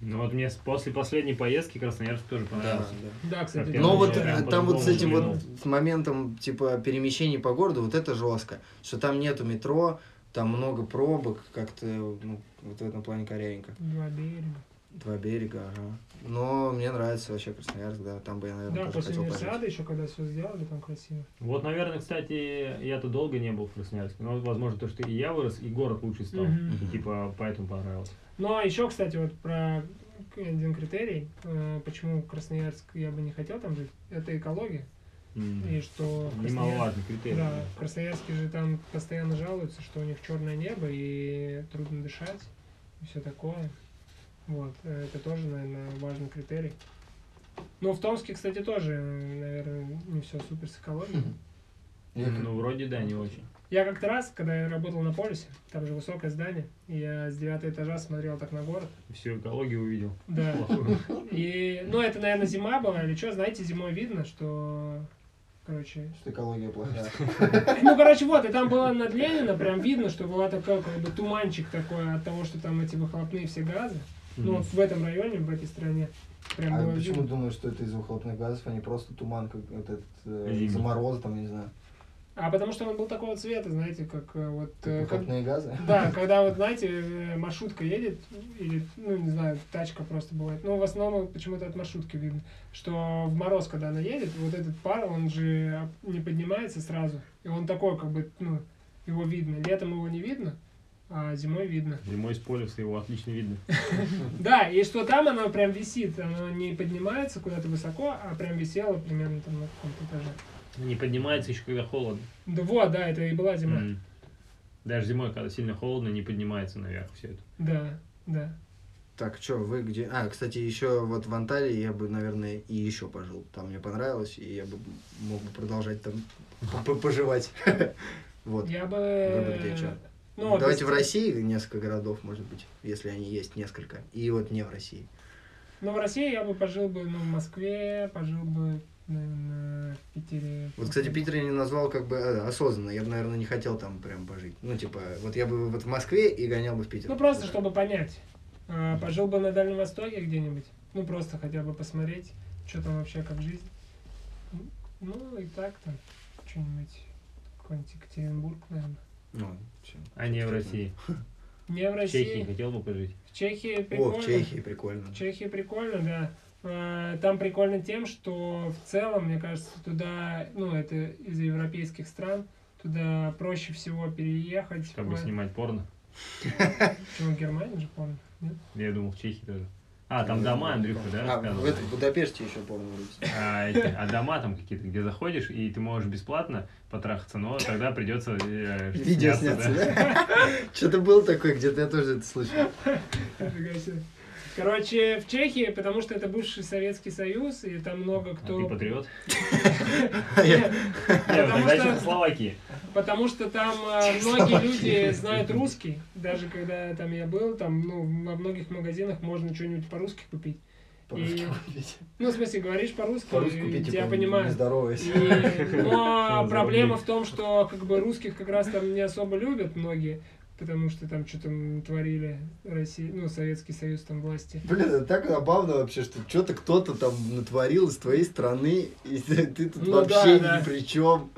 A: Ну вот мне с- после последней поездки Красноярск тоже понравился.
C: Да, кстати.
A: Я
B: Но
A: думаю,
B: вот
A: я прям
B: э, там вот с этим
A: по-другому
B: вот с моментом типа перемещений по городу, вот это жестко, что там нету метро, там много пробок, как-то ну, вот в этом плане корявенько.
C: Два берега.
B: Два берега, ага. Но мне нравится вообще Красноярск, да, там бы я, наверное,
C: Да,
B: тоже
C: после
B: хотел пожить.
C: универсиады еще, когда все сделали, там красиво.
A: Вот, наверное, кстати, я-то долго не был в Красноярске. Но, возможно, то, что и я вырос, и город лучше стал.
C: Мгм.
A: И, типа, поэтому понравился.
C: Ну а еще, кстати, вот про один критерий, э, почему Красноярск я бы не хотел там жить, это экология.
A: М.
C: И что в Красноярске,
A: Немаловажный критерий.
C: да, в Красноярске же там постоянно жалуются, что у них черное небо и трудно дышать, и все такое. Вот, э, это тоже, наверное, важный критерий. Ну, в Томске, кстати, тоже, м, наверное, не все супер с экологией.
B: Я
A: Ну, вроде да, не очень.
C: Я как-то раз, когда я работал на полюсе, там же высокое здание, и я с девятого этажа смотрел так на город.
A: Всю экологию увидел.
C: Да. И, ну, это, наверное, зима была или что, знаете, зимой видно, что, короче...
B: Что экология плохая.
C: Ну, короче, вот, и там было над Ленина, прям видно, что была такой, как бы, туманчик такой от того, что там эти выхлопные все газы. Ну, вот в этом районе, в этой стране, прям было
B: А почему
C: видно.
B: думаешь, что это из выхлопных газов, а не просто туман, как вот этот э,
A: Зимний.
B: замороз, там, я не знаю,
C: А потому что он был такого цвета, знаете, как э, вот... э, как-
B: выхлопные газы?
C: Да, когда вот, знаете, э, маршрутка едет, или, ну, не знаю, тачка просто бывает, но в основном почему-то от маршрутки видно, что в мороз, когда она едет, вот этот пар, он же не поднимается сразу, и он такой, как бы, ну, его видно. Летом его не видно, а зимой видно.
A: Зимой с полюса его отлично видно.
C: Да, и что там оно прям висит, оно не поднимается куда-то высоко, а прям висело примерно там на каком-то этаже.
A: Не поднимается еще, когда холодно.
C: Да вот, да, это и была зима.
A: М. Даже зимой, когда сильно холодно, не поднимается наверх все это.
C: Да, да.
B: Так, что, вы где? А, кстати, еще вот в Анталии я бы, наверное, и еще пожил. Там мне понравилось, и я бы мог бы продолжать там п- п- поживать. Вот.
C: Я бы...
B: Выбор где чё?
C: Ну, вот
B: Давайте
C: из-
B: в России несколько городов, может быть, если они есть несколько. И вот не в России.
C: Ну, в России я бы пожил бы, ну, в Москве, пожил бы, наверное, в Питере.
B: Вот, кстати, Питер я не назвал как бы э, осознанно. Я бы, наверное, не хотел там прям пожить. Ну, типа, вот я бы вот в Москве и гонял бы в Питер.
C: Ну, просто, чтобы понять. А, Пожил бы на Дальнем Востоке где-нибудь. Ну, просто хотя бы посмотреть, что там вообще, как жизнь. Ну, и так там, что-нибудь, какой-нибудь Екатеринбург, наверное.
B: Ну, всё.
A: А не в России.
C: Не в
A: В Чехии
C: России.
A: хотел бы пожить.
C: В Чехии прикольно.
B: О, в Чехии прикольно.
C: В Чехии прикольно, да. А, Там прикольно тем, что в целом, мне кажется, туда, ну, это из европейских стран, туда проще всего переехать. в
A: Чтобы
C: плане-
A: снимать порно.
C: Почему Германия же, помню? Нет?
A: Я думал, в Чехии тоже. А, там дома, Андрюха, да,
B: А, в
A: рассказывал?
B: этом Будапеште еще, помню, есть.
A: А, эти, а дома там какие-то, где заходишь, и ты можешь бесплатно потрахаться, но тогда придется э,
B: Видео
A: сняться,
B: сняться, да? Что-то был такой, где-то я тоже это слышал.
C: Нифига себе. Короче, в Чехии, потому что это бывший Советский Союз, и там много
A: А ты
C: кто...
A: патриот?
B: А
C: Нет,
A: Нет,
C: Потому
A: тогда
C: что-
A: еще в Словакии.
C: Потому что там э, многие люди знают русский. Даже когда там я был, там ну, во многих магазинах можно что-нибудь по-русски купить.
B: По-русски
C: И-
B: купить.
C: Ну, в смысле, говоришь по-русски,
B: По-русски
C: и
B: купить,
C: тебя
B: типа, не
C: понимают.
B: здороваясь.
C: И- но
A: Всё,
C: проблема
A: зарубли.
C: в том, что как бы русских как раз там не особо любят многие, потому что там что-то творили Россия, ну, Советский Союз там власти.
B: Блин, это так забавно вообще, что что-то кто-то там натворил из твоей страны, и ты ты тут
C: Ну
B: вообще
C: да, да.
B: ни при чем.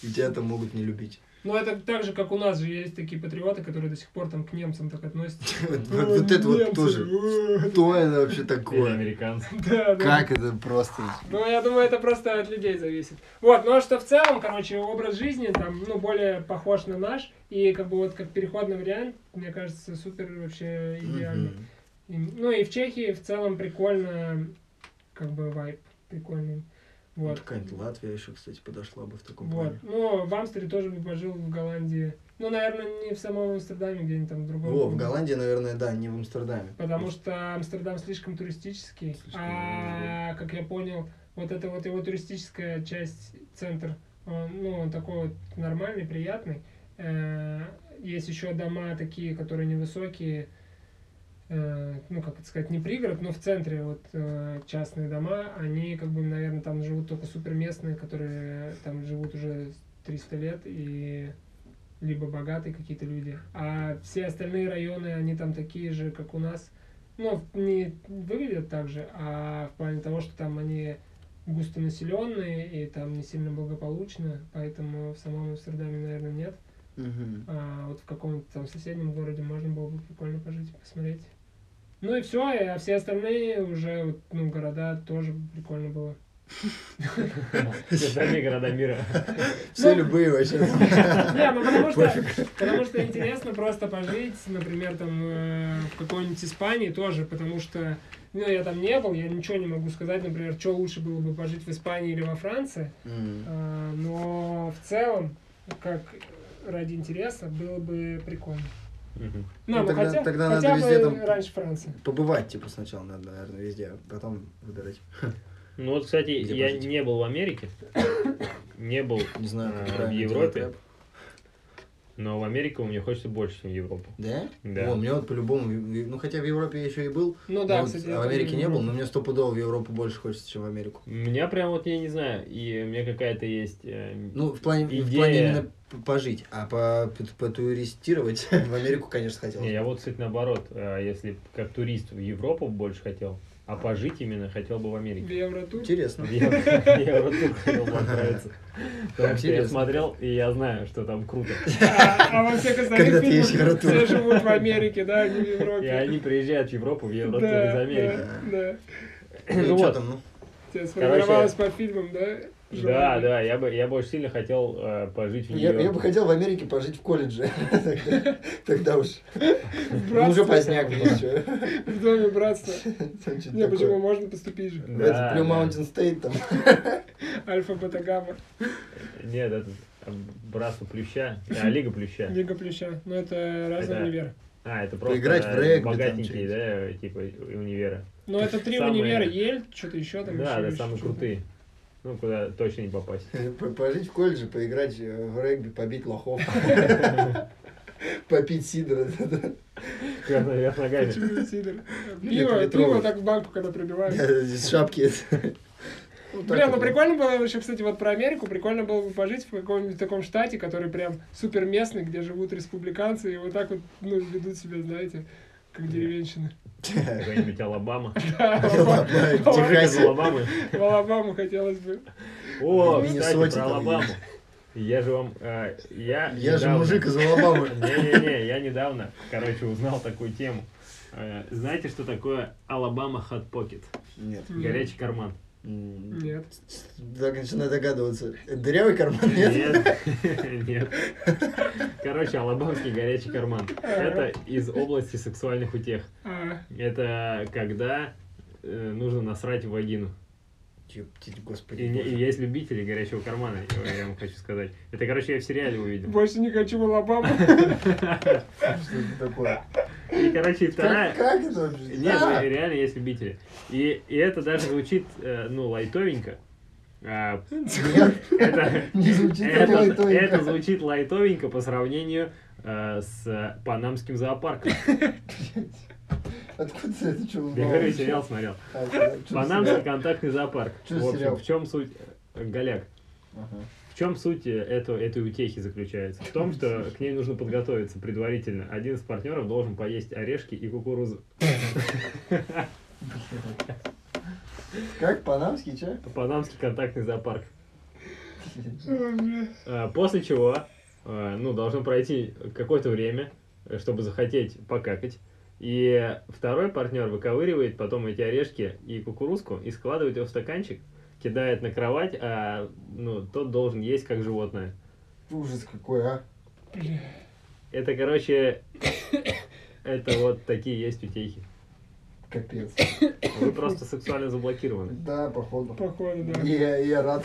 B: И тебя там могут не любить.
C: Ну, это так же, как у нас же есть такие патриоты, которые до сих пор там к немцам так относятся.
B: Вот вот- вот это
C: Ну,
B: вот
C: Немцы,
B: тоже.
C: э,
B: Что это вообще
A: Или
B: такое?
A: американцы.
C: Да, да.
B: Как это просто?
C: Ну, я думаю, это просто от людей зависит. Вот, но что в целом, короче, образ жизни там, ну, более похож на наш, и как бы вот как переходный вариант, мне кажется, супер вообще идеально.
B: Мгм.
C: И, ну, и в Чехии в целом прикольно, как бы вайб прикольный.
B: Ну,
C: Вот.
B: Какая-нибудь Латвия еще, кстати, подошла бы в таком плане.
C: Вот. Ну, в Амстере тоже бы пожил, в Голландии. Ну, наверное, не в самом Амстердаме, где-нибудь там в другом.
B: Во, в Голландии, наверное, да, не в Амстердаме.
C: Потому что Амстердам слишком туристический.
A: Слишком
C: а, как я понял, вот эта вот его туристическая часть, центр, он, ну, он такой вот нормальный, приятный. Э, Есть еще дома такие, которые невысокие, э, ну, как это сказать, не пригород, но в центре вот э, частные дома, они, как бы, наверное, там живут только суперместные, которые там живут уже 300 лет, и либо богатые какие-то люди. А все остальные районы, они там такие же, как у нас. Ну, не выглядят так же, а в плане того, что там они густонаселенные и там не сильно благополучно, поэтому в самом Амстердаме, наверное, нет.
B: Мгм.
C: А вот в каком-то там соседнем городе можно было бы прикольно пожить, посмотреть. Ну и все, а все остальные уже, вот, ну, города тоже прикольно было.
A: Все остальные города мира.
B: Все
C: Ну,
B: любые вообще.
C: Не, ну потому что,
B: Пофиг.
C: потому что интересно просто пожить, например, там э, в какой-нибудь Испании тоже, потому что, ну, я там не был, я ничего не могу сказать, например, что лучше было бы пожить в Испании или во Франции,
B: М.
C: А, но в целом, как ради интереса, было бы прикольно.
A: Мгм.
C: Ну,
B: Ну, тогда-
C: хотя,
B: тогда
C: хотя
B: надо
C: бы
B: везде там-
C: раньше Франции.
B: Побывать, типа, сначала надо, наверное, везде, а потом выбирать.
A: Ну вот, кстати,
B: Где
A: я
B: пожить?
A: не был в Америке, не был,
B: Не знаю,
A: А,
B: как
A: в
B: правильно делать
A: Европе?
B: рэп.
A: но в Америку мне хочется больше, чем в Европу.
B: Да?
A: Да.
B: О, мне вот по-любому, в- в- ну хотя в Европе я еще и был,
C: Ну
B: но
C: да,
B: вот
C: кстати. я
B: а в
C: тоже
B: Америке не
C: люблю.
B: был, но мне стопудово в Европу больше хочется, чем в Америку.
A: У меня прям вот, я не знаю, и у меня какая-то есть... э,
B: Ну, в плане, в
A: Идея.
B: плане именно п- пожить, а по, п- потуристировать в Америку, конечно, хотелось.
A: Не, я вот, кстати, наоборот, э, если б как турист в Европу больше хотел, а пожить именно хотел бы в
C: В
A: Америке.
C: Евротур.
B: Интересно.
A: В Евро- в Евротур хотел бы отправиться. Потому что я
B: Интересно.
A: смотрел, и я знаю, что там круто.
C: А а во всех
B: Когда
C: остальных
B: ты есть
C: фильмах
B: Евротур.
C: все живут в Америке, да, не в
A: И
C: Европе.
A: они приезжают в Европу, в
C: Да,
A: Евротур из Америки.
C: да, да.
B: Ну,
A: Ну
B: чё
A: вот,
B: там, ну?
C: Тебя сформировалось по фильмам, да?
A: Да,
C: желание?
A: да, я бы, я бы очень сильно хотел э, пожить в
B: Я, я бы
A: Нью-Йорке.
B: хотел в Америке пожить в колледже. Тогда- Тогда уж.
C: В
B: Ну, Уже
C: братстве,
B: поздняк был еще.
C: в доме братства.
B: Там что-то
C: Не, почему
B: такое.
C: можно поступить же?
B: В этот
A: Да,
B: Blue
A: да.
B: Mountain State там.
C: Альфа, бета, гамма,
A: Нет, это э, братство плюща, а, лига плюща.
C: лига плюща. Ну, это разные
A: Это-
C: универ.
A: А, это просто
B: Поиграть в
A: э,
B: регби там
A: богатенькие,
B: что-нибудь.
A: да, типа и- универа.
C: Ну, это три
A: Самые-
C: универа. Ель, что-то еще там.
A: Да,
C: ещё,
A: да,
C: ещё
A: самые
C: что-то.
A: крутые. Ну, куда точно не попасть.
B: П- Пожить в колледже, поиграть э, в регби, побить лохов. Попить сидра. да-да.
A: Вверх вверх ногами.
C: Почему сидр?
B: это
C: Пиво,
B: литровый.
C: пиво так в банку, когда пробиваешь.
B: Из шапки. Вот так
C: Блин, ну
B: вот.
C: прикольно было еще, кстати, вот про Америку, прикольно было бы пожить в каком-нибудь таком штате, который прям супер местный, где живут республиканцы, и вот так вот, ну, ведут себя, знаете, как деревенщины.
A: Какая-нибудь Алабама.
C: Да,
B: В
A: Из
B: Техасе.
A: Алабамы.
C: В Алабаму хотелось бы.
A: О,
B: В
A: кстати,
B: Миннесоте
A: про
B: там
A: Алабаму. Я же вам... э, Я
B: Я же
A: недавно-
B: мужик из Алабамы.
A: Не-не-не, я недавно, короче, узнал такую тему. Э, Знаете, что такое Алабама Hot Pocket?
B: Нет.
A: Горячий карман.
B: М,
C: Нет.
B: Так начинаю догадываться. Это дырявый карман, нет?
A: Нет. Нет. Короче, алабамский горячий карман. Это из области сексуальных утех.
C: А,
A: Это когда э, нужно насрать в вагину.
B: Ёптить,
A: И, не- и
B: господи.
A: есть любители горячего кармана, я я вам хочу сказать. Это, короче, я в сериале увидел.
C: больше не хочу в Алабаму.
B: Что это такое?
A: И, короче, и
B: Как
A: вторая...
B: как это вообще?
A: Нет,
B: А!
A: реально есть любители. И, и это даже звучит, э, ну, лайтовенько. А,
B: Нет,
A: это,
B: не звучит
A: это-
B: это лайтовенько.
A: это звучит лайтовенько по сравнению э, с панамским зоопарком.
B: Откуда ты А, это чего
A: Я говорю, сериал смотрел. Панамский контактный зоопарк.
B: Чё за
A: В общем,
B: сериал?
A: в чем суть... э, Голяк. В чем суть э, эту, этой утехи заключается? В том, что к ней нужно подготовиться предварительно. Один из партнеров должен поесть орешки и кукурузу.
B: Как панамский чай?
A: Панамский контактный зоопарк.
C: Ой, бля.
A: Э, После чего, э, ну, должно пройти какое-то время, э, чтобы захотеть покакать. И второй партнер выковыривает потом эти орешки и кукурузку и складывает ее в стаканчик, кидает на кровать, а ну, тот должен есть как животное.
B: Ужас какой, а.
C: Бля.
A: Это, короче, это вот такие есть утехи.
B: Капец.
A: Вы просто сексуально заблокированы.
B: Да, походу.
C: Походу, да.
B: Я, я рад.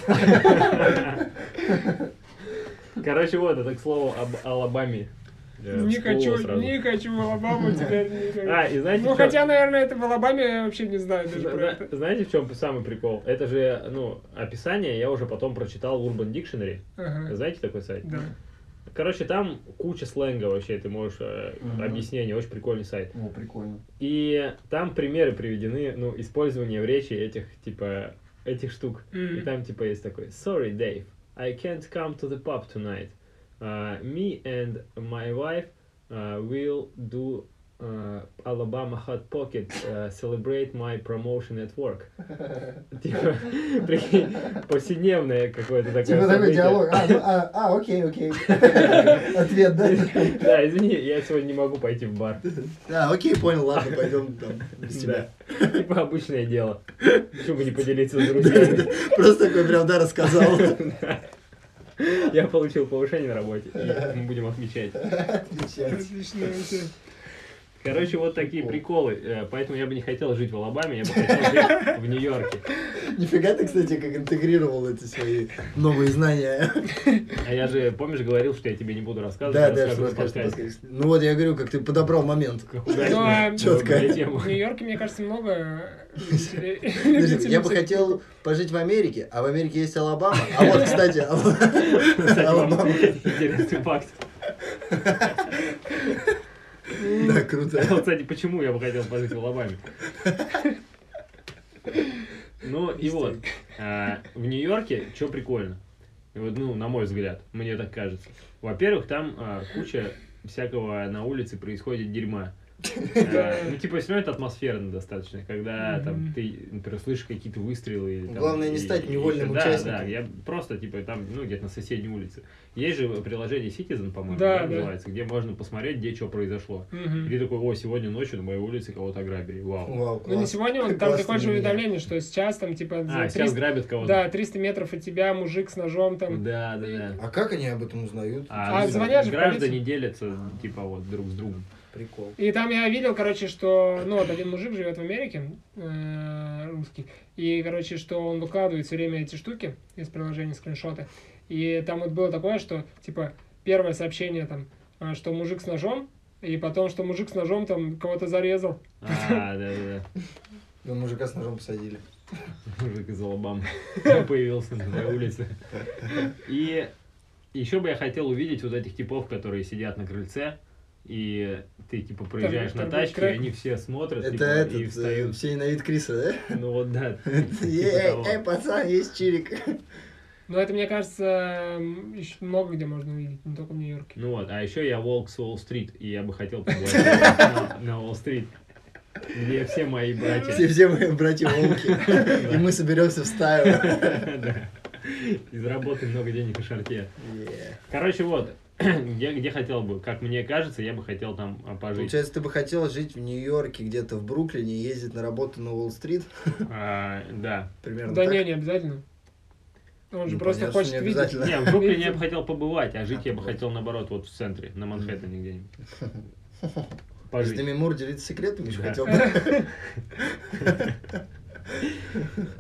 A: Короче, вот, это к слову об Алабаме. Я
C: Не
A: всплыло
C: хочу,
A: сразу.
C: не хочу в Алабаму теперь. не хочу.
A: А, и знаете,
C: Ну,
A: в чём-
C: хотя, наверное, это в Алабаме я вообще не знаю даже про
A: зна-
C: это.
A: зна- знаете, в чем самый прикол? Это же, ну, описание я уже потом прочитал в Urban Dictionary.
C: Ага.
A: Знаете такой сайт?
C: Да.
A: Короче, там куча сленга вообще, ты можешь э,
B: Мгм.
A: объяснение, очень прикольный сайт.
B: О, прикольно.
A: И там примеры приведены, ну, использование в речи этих, типа, этих штук. И
C: М.
A: там, типа, есть такой, sorry, Dave, I can't come to the pub tonight. Uh, me and my wife uh, will do uh, Alabama Hot Pocket uh, celebrate my promotion at work. Типа, прикинь, повседневное какое-то такое
D: Типа такой
A: событие.
D: диалог. А, ну, а, а, окей, окей. Ответ, да?
A: Да, извини, я сегодня не могу пойти в бар.
B: Да, окей, понял, ладно, пойдем там без тебя.
A: Да. Типа обычное дело. Почему бы не поделиться с друзьями?
B: Просто такой прям, да, рассказал.
A: Я получил повышение на работе, и мы будем отмечать.
D: Отвечать.
C: Отлично. вообще.
A: Короче, вот такие
D: Прикол.
A: приколы. Э, Поэтому я бы не хотел жить в Алабаме, я бы хотел жить в Нью-Йорке.
B: Нифига ты, кстати, как интегрировал эти свои новые знания.
A: А я же, помнишь, говорил, что я тебе не буду рассказывать.
B: Да,
A: я
B: да,
A: расскажу
B: что
A: в
B: расскажешь,
A: подкасте.
B: расскажешь. Ну вот я говорю, как ты подобрал момент.
A: Как
C: Ну, а
A: удачно.
B: Чётко.
A: выбрали тему.
C: В Нью-Йорке, мне кажется, много э, любителей.
B: Подожди,
C: любителей
B: Я бы
C: всяких
B: хотел пожить в Америке, а в Америке есть Алабама. А вот, кстати, Алабама.
A: Кстати, вам
B: Алабама.
A: интересный факт.
B: Да, круто.
A: Вот, кстати, почему я бы хотел пожить в Алабаме. Ну и вот, а, в Нью-Йорке, что прикольно, И вот, ну, на мой взгляд, мне так кажется. Во-первых, там а, куча всякого на улице происходит дерьма. А, Ну, типа, все равно это атмосферно достаточно, когда там
C: Мгм.
A: ты, например, слышишь какие-то выстрелы. или там-
B: Главное не
A: и-
B: стать
A: и-
B: невольным
A: да,
B: участником.
A: Да, я просто, типа, там, ну, где-то на соседней улице. Есть же приложение Citizen, по-моему,
C: Да,
A: да,
C: да.
A: называется, где можно посмотреть, где что произошло. И ты
C: Мгм.
A: такой, о, сегодня ночью на моей улице кого-то ограбили. Вау.
B: Вау,
C: Ну, не
B: класс.
C: сегодня, вот там
B: Классно
C: такое же
B: для меня.
C: уведомление, что сейчас там, типа,
A: А,
C: за
A: сейчас
C: 300
A: грабят кого-то.
C: да, 300 метров от тебя мужик с ножом там.
A: да, да. да.
B: А как они об этом узнают?
C: А
A: ну,
C: звонят же в
A: граждане
C: полицию.
A: делятся, типа, вот, друг с другом.
B: Прикол.
C: И там я видел, короче, что, ну, вот один мужик живет в Америке, э, русский, и, короче, что он выкладывает все время эти штуки из приложения скриншоты. И там вот было такое, что, типа, первое сообщение там, а, что мужик с ножом, и потом, что мужик с ножом там кого-то зарезал.
A: А, да, да,
B: Ну, мужика с ножом посадили.
A: да. Мужик из Алабамы появился на твоей улице. И еще бы я хотел увидеть вот этих типов, которые сидят на крыльце, и ты, типа, проезжаешь на
C: торгуют
A: тачке, и
C: крэком.
A: они все смотрят,
B: Это
A: типа,
B: этот,
A: и
B: э,
A: встают.
B: все ненавидят Криса, да?
A: Ну вот, да. типа
B: Эй,
A: того.
B: эй, пацан, есть чирик.
C: Но это, мне кажется, м, еще много где можно увидеть, не только в Нью-Йорке.
A: Ну вот, а еще я волк с Уолл-стрит, и я бы хотел побывать на- на Уолл-стрит, где все мои братья.
B: Все, все мои братья волки. И мы соберемся в стаю.
A: Да. И заработай много денег на шарте.
B: Е.
A: Короче, вот, где, где хотел бы, как мне кажется, я бы хотел там а, пожить.
B: Получается, ты бы хотел жить в Нью-Йорке, где-то в Бруклине, ездить на работу на Уолл-стрит,
A: А, да.
B: примерно
C: Да
B: так?
C: не, не обязательно. Он же
B: Ну,
C: просто
B: понятно, что
C: хочет
B: не
C: видеть.
B: обязательно.
A: Не, в Бруклине я бы хотел побывать, а жить я бы
B: Вот.
A: хотел, наоборот, вот в центре, на Манхэттене где-нибудь.
B: С
A: Пожить.
B: ними Мур делиться секретами еще
A: Да.
B: хотел бы.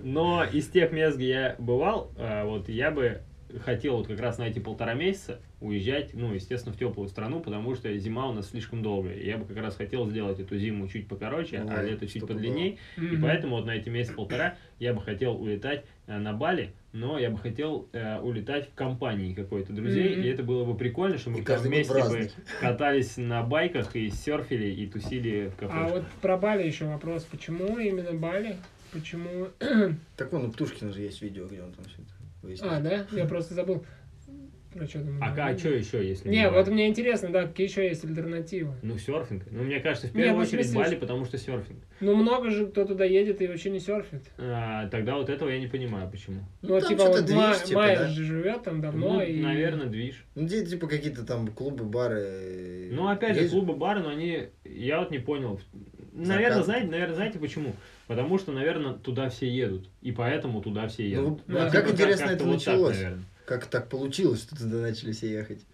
A: Но из тех мест, где я бывал, э, вот я бы хотел вот как раз на эти полтора месяца уезжать, ну, естественно, в теплую страну, потому что зима у нас слишком долгая. И Я бы как раз хотел сделать эту зиму чуть покороче,
B: Ну,
A: а лето чуть
B: чтобы
A: подлинней. И
C: Мгм.
A: поэтому вот на эти месяц-полтора я бы хотел улетать э, на Бали, но я бы хотел э, улетать в компании какой-то друзей,
C: Мгм.
A: и это было бы прикольно, что мы
B: И
A: там
B: каждый год в
A: вместе бы
B: разных.
A: катались на байках и серфили, и тусили в
C: А
A: кафе.
C: вот про Бали еще вопрос. Почему именно Бали? Почему...
B: Так вон, у Птушкина же есть видео, где он там все это
C: А,
B: выясняет.
C: да? Я просто забыл. Про что там?
A: А,
C: говорили.
A: что еще, если
C: Не,
A: Бали?
C: вот мне интересно, да, какие еще есть альтернативы.
A: Ну, серфинг. Ну, мне кажется, в
C: Не,
A: первую
C: ну, в
A: очередь
C: смысле,
A: Бали,
C: что-
A: потому что серфинг.
C: Ну, много же кто туда едет и вообще не серфит.
A: А, тогда вот этого я не понимаю, почему.
B: Ну,
C: Ну, вот,
B: там
C: типа,
B: что-то
C: вот
B: движ,
C: Ма-
B: типа,
C: Майя
B: да?
C: же живет там давно
A: Ну,
C: и...
A: наверное, движ.
B: Ну, где типа какие-то там клубы, бары.
A: Ну, опять же,
B: есть
A: клубы, бары, но они... Я вот не понял. Наверное,
B: Закат.
A: знаете, наверное, знаете почему? Потому что, наверное, туда все едут. И поэтому туда все
B: Ну,
A: едут.
C: ну, а
A: типа,
C: как
B: интересно
A: как-то
B: это
A: вот так,
B: началось?
A: наверное.
B: Как так получилось, что туда начали все ехать?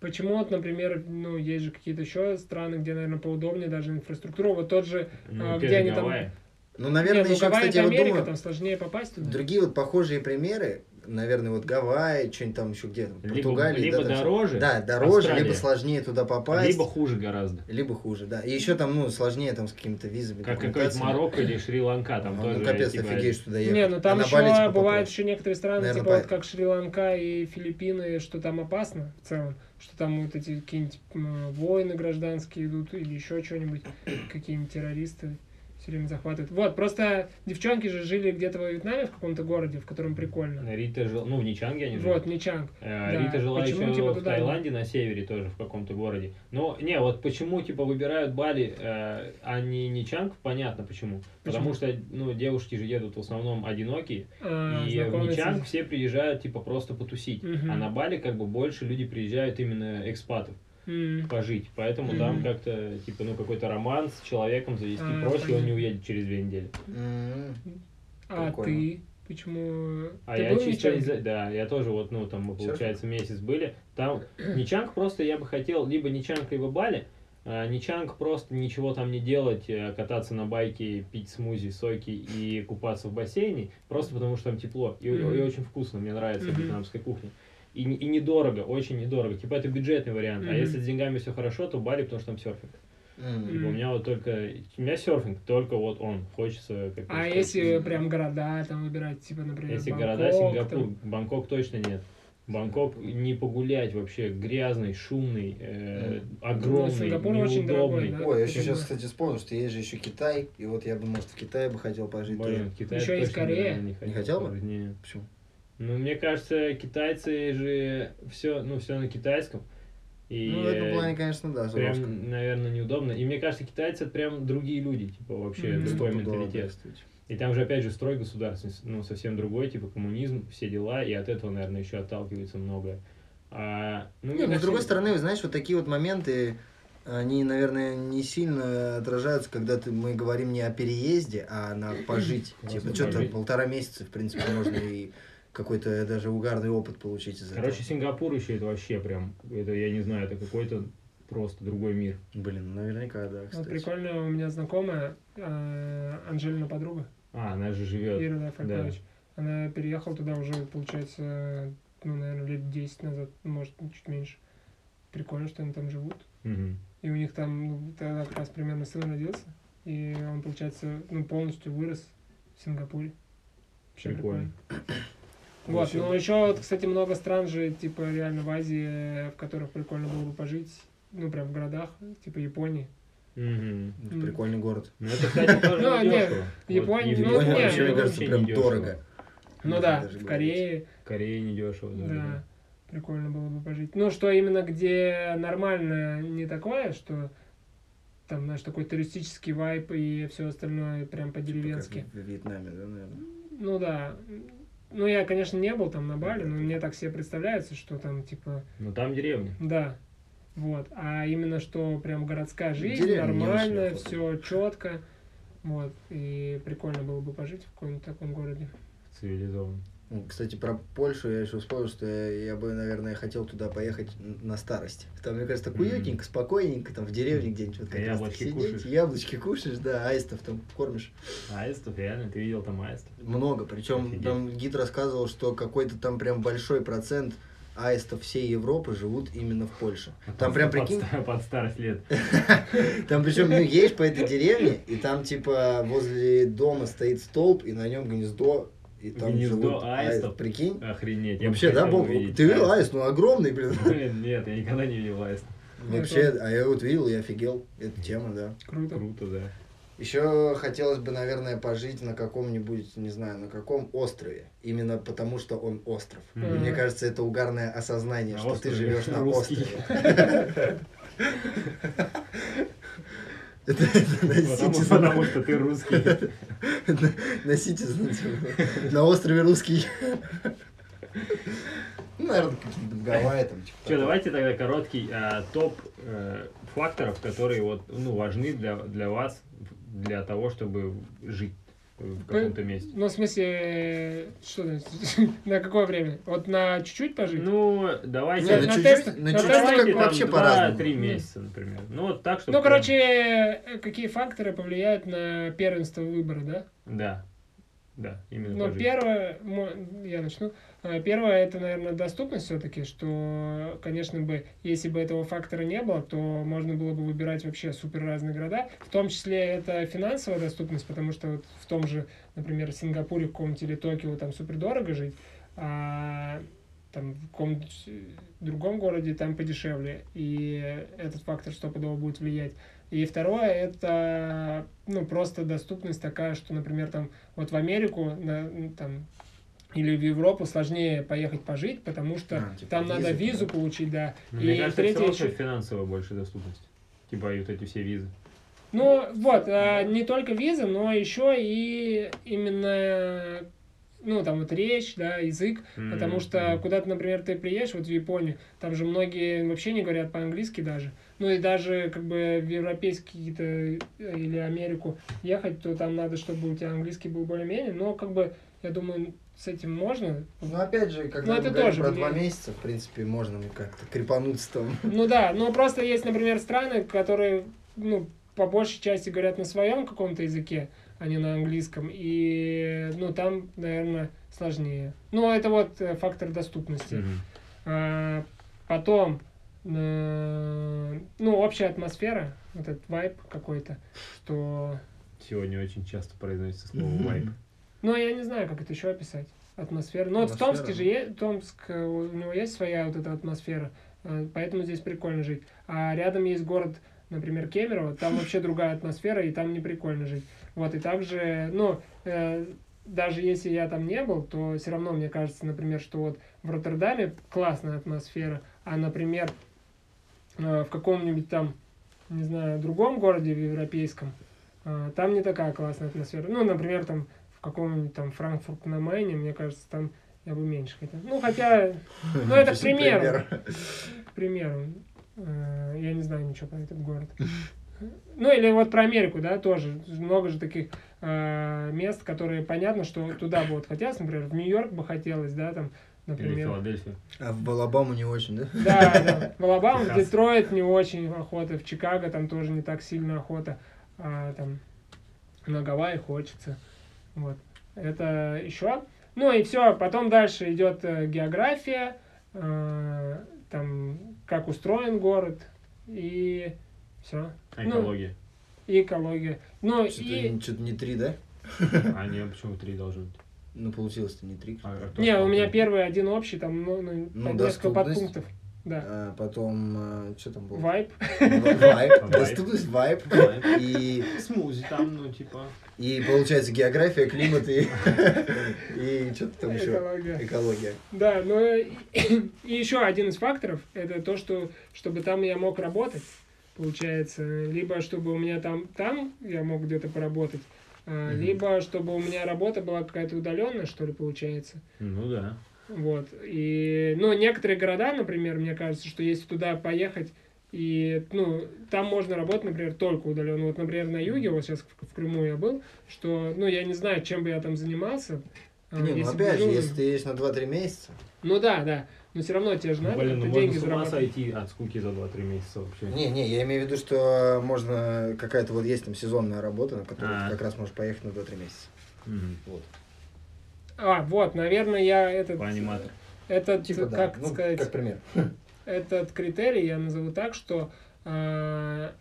C: Почему вот, например, ну, есть же какие-то еще страны, где, наверное, поудобнее даже инфраструктура. Вот тот же...
A: Ну,
C: А,
A: те
C: где
A: же
C: они там?
A: Гавайи.
B: Ну, наверное,
C: Не, ну,
B: еще, кстати,
C: Гавайи это
B: я вот
C: Америка,
B: думаю,
C: там сложнее попасть туда.
B: другие вот похожие примеры, наверное, вот Гавайи, что-нибудь там еще где-то,
A: Либо-
B: Португалия.
A: либо
B: да, там всё.
A: дороже,
B: Да, дороже,
A: Австралия.
B: либо сложнее туда попасть.
A: Либо
B: Либо...
A: хуже гораздо.
B: хуже, да. И еще там, ну, сложнее там с какими-то визами.
A: Как какой-нибудь
B: документациями.
A: Марокко или Шри-Ланка. Там
B: А,
A: тоже,
B: ну, капец,
A: типа,
B: офигеешь туда ехать.
C: Не, ну там
B: А на
C: еще
B: Бали, типа,
C: бывают
B: попроще.
C: еще некоторые страны,
B: Наверное,
C: типа вот
B: поэтому.
C: как Шри-Ланка и Филиппины, что там опасно в целом, что там вот эти какие-нибудь м, войны гражданские идут или еще что-нибудь, какие-нибудь террористы. все время захватывает. Вот, просто девчонки же жили где-то во Вьетнаме, в каком-то городе, в котором прикольно.
A: Рита жила, ну, в Ничанге они жили.
C: Вот, Ничанг.
A: Э,
C: да.
A: Рита жила
C: Почему,
A: еще
C: типа,
A: в
C: туда не-
A: Таиланде, на севере тоже, в каком-то городе. Но, не, вот почему, типа, выбирают Бали, э, а не Ничанг, понятно почему. Потому
C: Почему?
A: что, ну, девушки же едут в основном одинокие,
C: а,
A: и в
C: знакомиться
A: Ничанг
C: с-
A: все приезжают, типа, просто потусить.
C: Мгм.
A: А на Бали, как бы, больше люди приезжают именно экспатов
C: М.
A: пожить. Поэтому там
C: Мгм.
A: как-то, типа, ну, какой-то роман с человеком завести
C: А,
A: проще, он не
C: понятно.
A: уедет через две недели.
B: М.
C: А
B: Прикольно.
C: ты почему?
A: А
C: ты
A: я
C: был в
A: чисто
C: Ничанге?
A: из-за... Да, я тоже вот, ну, там, мы,
B: Серфинг?
A: получается, месяц были. Там Ничанг просто я бы хотел, либо Ничанг, либо Бали. А, Ничанг просто ничего там не делать, э, кататься на байке, пить смузи, соки и купаться в бассейне, просто потому что там тепло. И,
C: Мгм.
A: и очень вкусно, мне нравится
C: Мгм.
A: вьетнамская кухня. И, не- и недорого, очень недорого. Типа это бюджетный вариант. А
C: Мгм.
A: если с деньгами все хорошо, то Бали, потому что там серфинг.
B: М.
A: Типа, у
C: Мгм.
A: меня вот только... У меня серфинг, только вот он. Хочется... как-то
C: А
A: сказать,
C: если прям города там выбирать, типа, например,
A: если
C: Бангкок,
A: города Сингапур,
C: там,
A: Бангкок точно нет. Бангкок не погулять вообще грязный, шумный, э, огромный,
C: Ну, Сингапур очень
A: неудобный.
C: дорогой, да.
B: Ой, я
C: это
A: М-м.
B: сейчас,
C: понимаю.
B: кстати, вспомнил, что есть же еще Китай, и вот я бы, может, в Китае бы хотел пожить
A: Блин,
B: тоже.
A: в Китае
C: Ещё есть
A: точно,
C: Корея.
A: наверное, Не,
B: хотел бы?
A: пожить, не.
B: Почему?
A: Ну, мне кажется, китайцы же все, ну, все на китайском. И
B: Ну, в этом
A: э,
B: плане, конечно, да, жестко. М-м,
A: прям, наверное, неудобно. И мне кажется, китайцы это прям другие люди, типа вообще
C: Мгм.
A: другой
B: Стопудово, да,
A: менталитет.
B: кстати.
A: И там же опять же строй государственный, ну, совсем другой, типа коммунизм, все дела, и от этого, наверное, еще отталкивается многое. А, ну,
B: Не,
A: мне
B: но с
A: кажется,
B: другой стороны, вы знаешь, вот такие вот моменты, они, наверное, не сильно отражаются, когда ты, мы говорим не о переезде, а на пожить.
A: Просто
B: Типа, что-то
A: пожить.
B: полтора месяца, в принципе, можно и какой-то даже угарный опыт получить из этого.
A: Короче, Сингапур еще это вообще прям, это я не знаю, это какой-то просто другой мир.
B: Блин, ну наверняка, да,
C: Вот
B: кстати.
C: прикольно, у меня знакомая, э, Анжелина подруга,
A: А, она же живет.
C: Ира Рафакович, она переехала туда уже, получается, ну, наверное, лет 10 назад, может, чуть меньше. Прикольно, что они там живут.
A: Мгм.
C: И у них там ну, тогда как раз примерно сын родился, и он, получается, ну, полностью вырос в Сингапуре. Вообще
A: Прикольно.
C: Вот,
B: Вообще.
C: ну еще, вот, кстати, много стран же, типа, реально в Азии, в которых прикольно было бы пожить, ну, прям в городах, типа Японии.
A: Мгм.
B: Это Прикольный город. Типа,
A: Ну это, кстати, тоже
C: Ну, нет,
A: недешево. Вот
C: Япония,
A: и в
C: ну,
A: Японии
B: Япония
C: не,
B: вообще, мне
C: ну,
B: кажется, прям
A: недешево.
B: дорого.
C: Ну
B: Можно
C: да,
B: даже
C: в
B: говорить.
C: Корее,
A: В Корее недешево. даже,
C: да, прикольно было бы пожить. Ну, что именно где нормально, не такое, что там, знаешь, такой туристический вайп и все остальное прям
B: Типа,
C: по-деревенски.
B: как В Вьетнаме, да, наверное.
C: Ну да. Ну, я, конечно, не был
B: Ну,
C: там на Бали, но мне так все представляется, что там, типа,
A: Ну там деревня.
C: да. Вот. А именно, что прям городская жизнь,
B: Деревня не очень
C: нормальная,
B: охота.
C: все четко. Вот. И прикольно было бы пожить в каком-нибудь таком городе.
A: Цивилизованно.
B: Ну, Кстати, про Польшу я еще вспомнил, что я, я бы, наверное, хотел туда поехать н- на старость. Там, мне кажется, так
A: Мгм.
B: уютненько, спокойненько, там в деревне где-нибудь вот как
A: А
B: раз
A: яблочки
B: сидеть,
A: кушаешь?
B: яблочки кушаешь, да, аистов там кормишь.
A: Аистов, реально, ты видел там аистов?
B: Много, причем
A: Офигеть.
B: там гид рассказывал, что какой-то там прям большой процент аистов всей Европы живут именно в Польше.
A: А
B: Там прям,
A: Под-
B: прикинь,
A: Под, ста- под старость лет.
B: Там причем ну, едешь по этой деревне, и там типа возле дома стоит столб, и на нем гнездо, и там
A: Гнездо
B: живут
A: аистов.
B: аист. Прикинь?
A: Охренеть. я бы
B: Вообще, да,
A: хотел
B: Бог?
A: увидеть
B: Ты видел
A: аиста.
B: аист? Ну, огромный, блин.
A: Блин, нет, я никогда не видел аиста.
B: Вообще, а я вот видел и офигел. Эта тема, да.
C: Круто.
A: Круто, да.
B: Еще хотелось бы, наверное, пожить на каком-нибудь, не знаю, на каком острове. Именно потому, что он остров. И
A: Мгм.
B: Мне кажется, это угарное осознание,
A: На
B: что ты
A: острове
B: живешь на
A: русский.
B: острове. Это это
A: Потому,
B: носите
A: потому что ты русский.
B: На- Носите, знаете, на острове русский. Ну, наверное, какие-то Гавайи там, типа.
A: Че,
B: такого.
A: давайте тогда короткий а, топ э, факторов, которые вот, ну, важны для, для вас, для того, чтобы жить в каком-то месте.
C: Ну, в смысле, э, что там, на какое время? Вот на чуть-чуть пожить?
A: Ну,
B: Не, на
A: давайте...
C: на
B: чуть-чуть,
C: тесты-
B: на
C: на
B: чуть-чуть как
C: тесты
A: давайте
C: там
B: вообще
A: там
B: по-разному.
A: 2-3 месяца, например. Ну, вот так, чтобы...
C: Ну, короче, э, какие факторы повлияют на первенство выбора, да?
A: Да. Да, именно
C: Ну,
A: пожить.
C: первое, мо- я начну. Э, Первое, это, наверное, доступность все-таки, что, конечно бы, если бы этого фактора не было, то можно было бы выбирать вообще супер разные города. В том числе это финансовая доступность, потому что вот в том же, например, Сингапуре каком-нибудь или Токио там супер дорого жить, а там в каком-нибудь э, другом городе там подешевле. И этот фактор стопудово будет влиять. И второе, это ну, просто доступность такая, что, например, там, вот в Америку на- ну, там, или в Европу сложнее поехать пожить, потому что
B: А, типа
C: там надо
B: визы,
C: визу
B: да.
C: получить, да.
A: Ну, Мне
C: И
A: кажется,
C: третье
A: все равно
C: еще-
A: финансово больше доступность. Типа и вот эти все визы.
C: Ну вот, а, не только виза, но еще и именно, ну там вот речь, да, язык,
A: М,
C: потому что
A: м.
C: куда ты, например, ты приедешь, вот в Японию, там же многие вообще не говорят по-английски даже, ну и даже как бы в европейские какие-то э, или Америку ехать, то там надо, чтобы у тебя английский был более-менее, но как бы, я думаю, с этим можно.
B: Ну, опять же, когда
C: Ну,
B: мы
C: это
B: говорим
C: тоже
B: про
C: мне-
B: два месяца, в принципе, можно ну, как-то крепануться там.
C: Ну да, но просто есть, например, страны, которые, ну, по большей части говорят на своем каком-то языке, а не на английском. И, ну, там, наверное, сложнее. Ну, это вот э, фактор доступности.
A: Мгм.
C: А, потом, э, ну, общая атмосфера, вот этот вайб какой-то, что...
A: Сегодня очень часто произносится слово вайп.
C: Ну, я не знаю, как это еще описать. Атмосфера. Ну, вот в
B: Атмосфера,
C: Томске же есть, Томск, э, у него есть своя вот эта атмосфера, э, поэтому здесь прикольно жить. А рядом есть город, например, Кемерово, там вообще другая атмосфера, и там не прикольно жить. Вот, и также, ну, э, даже если я там не был, то все равно мне кажется, например, что вот в Роттердаме классная атмосфера, а, например, э, в каком-нибудь там, не знаю, другом городе в европейском, э, там не такая классная атмосфера. Ну, например, там в каком-нибудь там Франкфурт на Майне, мне кажется, там я бы меньше хотел. Ну, хотя, ну, это к примеру. К примеру. Э, Я не знаю ничего про этот город. Ну, или вот про Америку, да, тоже. Много же таких э, мест, которые понятно, что туда бы вот хотелось, например, в Нью-Йорк бы хотелось, да, там,
A: Или
C: например.
A: Филадельфия.
B: А в Алабаму не очень, да?
C: Да, да. В Алабаму, в
A: Техас.
C: Детройт не очень охота, в Чикаго там тоже не так сильно охота, а там на Гавайи хочется. Вот. Это еще. Ну и все, потом дальше идет э, география, э, там как устроен город и все.
A: А
C: Ну.
A: Экология.
C: И экология. Ну и...
B: Что-то не три, да?
A: А не, почему три должно быть?
B: Ну, получилось-то не три.
A: А кто
C: Не,
A: сказал
C: у меня
A: три?
C: первый один общий, там ну, ну,
B: Ну,
C: там несколько
B: доступность.
C: подпунктов. Да.
B: А потом, что там было?
C: Вайп.
B: Вайп.
A: Вайп.
B: Доступность вайп.
A: Вайп.
B: И,
A: Смузи там, ну, типа...
B: и получается география, климат и, и что-то там еще.
C: Экология.
B: Экология.
C: Да, но и еще один из факторов это то, что чтобы там я мог работать, получается, либо чтобы у меня там там я мог где-то поработать, а,
B: Мгм.
C: либо чтобы у меня работа была какая-то удаленная, что ли, получается.
A: Ну да.
C: Вот. И, ну, некоторые города, например, мне кажется, что если туда поехать, и, ну, там можно работать, например, только удаленно. Вот, например, на юге, вот сейчас в, в Крыму я был, что, ну, я не знаю, чем бы я там занимался. а,
B: Не, ну
C: если бы
B: опять же,
C: жил-
B: если ты едешь на 2-3 месяца,
C: ну да, да. Но все равно тебе же надо
A: Блин, ну
C: как-то
A: можно
C: деньги
A: с ума
C: зарабатывать.
A: сойти от скуки за 2-3 месяца вообще.
B: Не, не, я имею в виду, что можно какая-то вот есть там сезонная работа, на которую
A: А.
B: ты как раз можешь поехать на 2-3 месяца.
A: Мгм.
B: Вот.
C: А, вот, наверное, я этот,
A: По аниматор.
C: этот
B: Типа, да.
C: как
B: ну,
C: сказать,
B: как пример.
C: этот критерий я назову так, что а,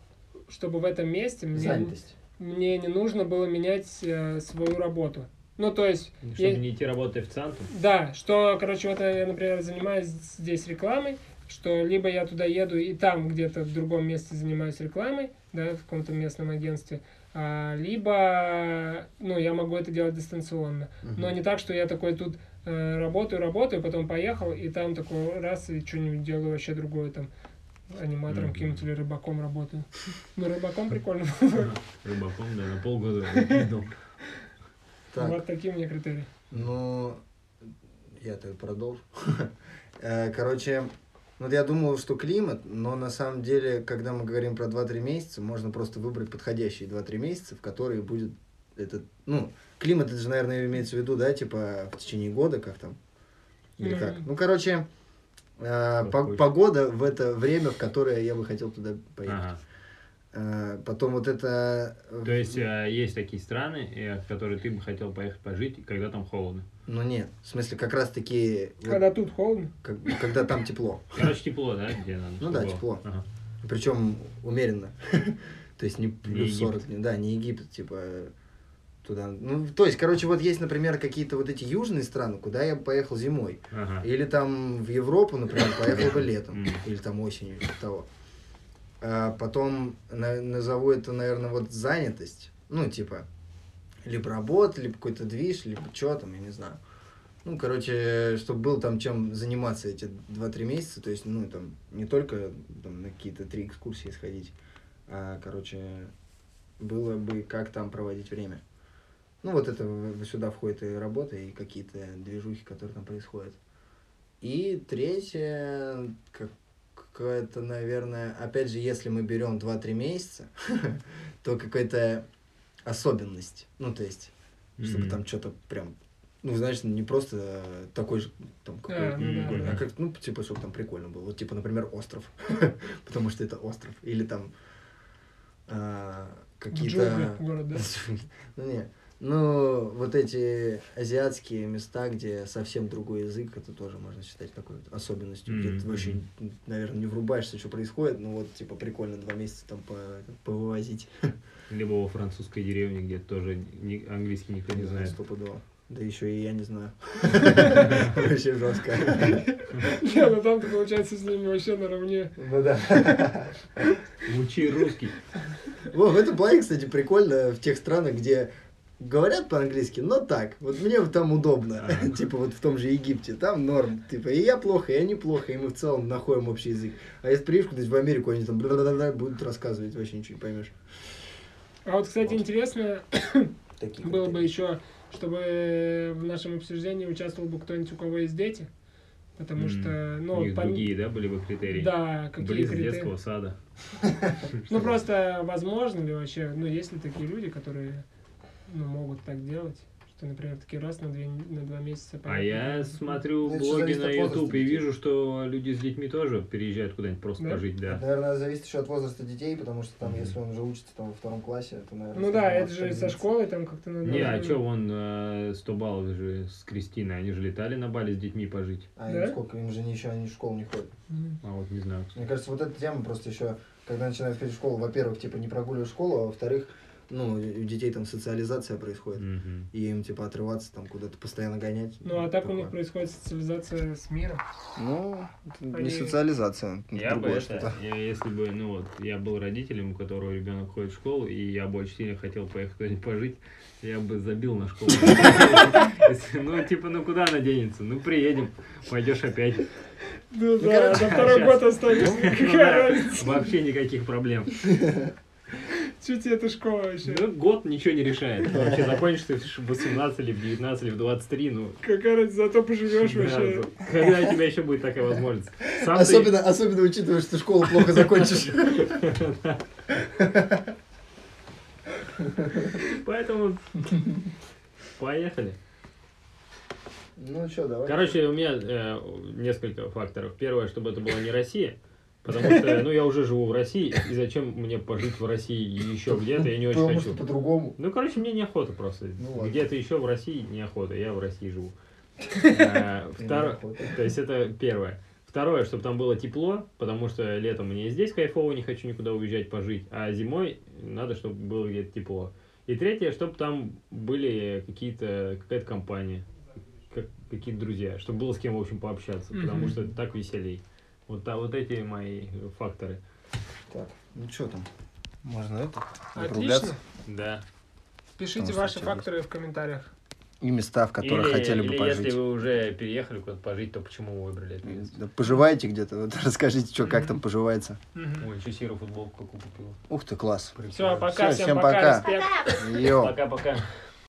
C: чтобы в этом месте мне,
B: Занятость.
C: мне не нужно было менять э, свою работу. Ну, то есть,
A: Чтобы
C: Е-
A: не идти работать официантом.
C: да, что, короче, вот э, я, например, занимаюсь здесь рекламой, что либо я туда еду и там где-то в другом месте занимаюсь рекламой, да, в каком-то местном агентстве, а, либо, ну, я могу это делать дистанционно. Но не так, что я такой тут э, работаю, работаю, потом поехал, и там такой раз и что-нибудь делаю вообще другое там аниматором
A: Мгм.
C: каким-нибудь или рыбаком работаю. Ну, рыбаком прикольно.
A: Рыбаком, да, на полгода ездил.
B: Так,
C: Вот такие у меня критерии.
B: ну, я-то продолжу. Э, Короче, вот я думал, что климат, но на самом деле, когда мы говорим про 2-3 месяца, можно просто выбрать подходящие 2-3 месяца, в которые будет этот, ну, климат, это же, наверное, имеется в виду, да, типа в течение года, как там, или как.
C: Мгм.
B: Ну, короче, э,
A: Как
B: по-
A: хочешь.
B: погода в это время, в которое я бы хотел туда поехать.
A: Ага.
B: Э, Потом вот это... э,
A: То есть э, есть такие страны, э, в которые ты бы хотел поехать пожить, когда там холодно.
B: Ну нет, в смысле как раз таки... вот
C: Когда тут холодно.
B: как- когда там тепло.
A: Короче, тепло, да, где надо?
B: Ну да,
A: чтобы было?
B: тепло.
A: Ага.
B: Причем умеренно. То есть не плюс
A: Египет.
B: 40, не- да, не Египет, типа э, туда. Ну, то есть, короче, вот есть, например, какие-то вот эти южные страны, куда я бы поехал зимой.
A: Ага.
B: Или там в Европу, например, поехал бы летом.
A: Мгм.
B: Или там осенью, типа того. А потом на- назову это, наверное, вот занятость. Ну, типа, либо работа, либо какой-то движ, либо что там, я не знаю. Ну, короче, чтобы был там чем заниматься эти 2-3 месяца, то есть, ну, там, не только там, на какие-то три экскурсии сходить, а, короче, было бы как там проводить время. Ну, вот это в- сюда входит и работа, и какие-то движухи, которые там происходят. И третье, какое-то, наверное, опять же, если мы берем 2-3 месяца, то какая-то особенность. Ну, то есть, чтобы
A: Мгм.
B: там что-то прям, ну, знаешь, не просто э, такой же, там, какой
C: Да, ну да,
B: прикольный,
A: да.
B: а как, ну, типа, чтобы там прикольно было. Вот, типа, например, остров, потому что это остров. Или там а,
C: Джунгли
B: какие-то...
C: город, да?
B: Ну, не. Ну, вот эти азиатские места, где совсем другой язык, это тоже можно считать такой вот особенностью, где ты
A: Мгм.
B: вообще, наверное, не врубаешься, что происходит, ну вот, типа, прикольно два месяца там по- повывозить.
A: Либо во французской деревне, где тоже ни- английский никто не знает.
B: Стопудово. Да еще и я не знаю. Вообще жестко.
C: Не, ну там-то получается с ними вообще наравне.
B: Ну да.
A: Учи русский.
B: Во, в этом плане, кстати, прикольно в тех странах, где говорят по-английски, но так. Вот мне вот там удобно.
A: Ага.
B: Типа вот в том же Египте, там норм. Типа и я плохо, и они плохо, и мы в целом находим общий язык. А если приедешь куда-нибудь в Америку, они там бла-бла-бла будут рассказывать, вообще ничего не поймешь.
C: А вот, кстати,
B: Вот.
C: интересно
B: Такие
C: было
B: как
C: бы
B: ты.
C: еще, чтобы в нашем обсуждении участвовал бы кто-нибудь, у кого есть дети. Потому
A: М,
C: что, ну,
A: У них
C: пом-
A: другие, да, были бы критерии?
C: Да, какие
A: Близ
C: критерии.
A: детского сада.
C: Ну просто возможно ли вообще, ну есть ли такие люди, которые ну, могут так делать, что, например, такие раз на, две, на два месяца
A: А я смотрю
D: Ну, это всё
A: блоги
D: зависит
A: на
D: от
A: YouTube
D: возраста
A: и
D: детей.
A: вижу, что люди с детьми тоже переезжают куда-нибудь просто
C: Да?
A: пожить, да.
D: Наверное, зависит еще от возраста детей, потому что там,
A: Мгм.
D: если он уже учится там во втором классе, то, наверное...
C: Ну
D: с
C: да,
D: ним
C: это
D: может
C: же со
D: поделиться.
C: школы там как-то надо.
A: Не, а
C: наверное.
A: чё, вон э, 100 баллов же с Кристиной, они же летали на Бали с детьми пожить.
D: А им
C: Да?
D: сколько? Им же не- еще они в школу не ходят.
C: Мгм.
A: А вот не знаю. кстати.
D: Мне кажется, вот эта тема просто еще, когда начинают ходить в школу, во-первых, типа не прогуливаешь школу, а во-вторых,
B: Ну, у детей там социализация происходит.
A: Мгм.
B: И им типа отрываться там куда-то постоянно гонять.
C: Ну а так у них
B: Такое.
C: происходит социализация с миром.
B: Ну, это не
C: Они-
B: социализация, это
A: Я бы
B: Ну, другое
A: это-
B: что-то.
A: я если бы, ну вот, я был родителем, у которого ребенок ходит в школу, и я бы очень сильно хотел поехать куда-нибудь пожить, я бы забил на школу. Если, Ну, типа, ну куда она денется? Ну, приедем, пойдешь опять.
C: Ну да, на второй
A: щас.
C: год останешься.
A: Ну
C: Какая
A: да,
C: разница?
A: Вообще никаких проблем.
C: Чё тебе эта школа вообще?
A: Ну, год ничего не решает. Ты вообще закончишь ты в 18 или в 19 или в 23, ну...
C: Какая разница, зато поживешь
A: да,
C: вообще.
A: Когда у тебя еще будет такая возможность? Сам ты-
B: Особенно, особенно учитывая, что школу плохо закончишь.
A: Поэтому... Поехали.
B: Ну что, давай.
A: Короче, у меня э, несколько факторов. Первое, чтобы это была не Россия. Потому что, ну, я уже живу в России, и зачем мне пожить в России и еще где-то, я не очень
D: потому
A: хочу.
D: что по-другому.
A: Ну, короче, мне неохота просто.
B: Ну, ладно.
A: Где-то еще в России неохота, я в России живу. А, втор-
D: неохота.
A: То есть это первое. Второе, чтобы там было тепло, потому что летом мне и здесь кайфово, не хочу никуда уезжать пожить, а зимой надо, чтобы было где-то тепло. И третье, чтобы там были какие-то, какая-то компания, как- какие-то друзья, чтобы было с кем, в общем, пообщаться, потому
C: Мгм.
A: что это так веселей. Вот, та- вот эти мои э, факторы.
B: Так, ну что там? Можно это?
C: Отлично.
A: Да.
C: Пишите
B: Потому что
C: ваши
B: у тебя
C: факторы в комментариях.
B: И места, в которых
A: Или-
B: хотели бы
A: или
B: пожить.
A: если вы уже переехали куда-то пожить, то почему вы выбрали это место?
B: Да Поживаете где-то? Вот расскажите, что, как
C: Мгм.
B: там поживается.
A: Ой, еще серую футболку какую купил.
B: Ух ты, класс.
C: Все, пока,
B: Всё,
C: всем
B: всем
C: пока,
B: пока.
C: респект.
B: Йо.
A: Пока-пока.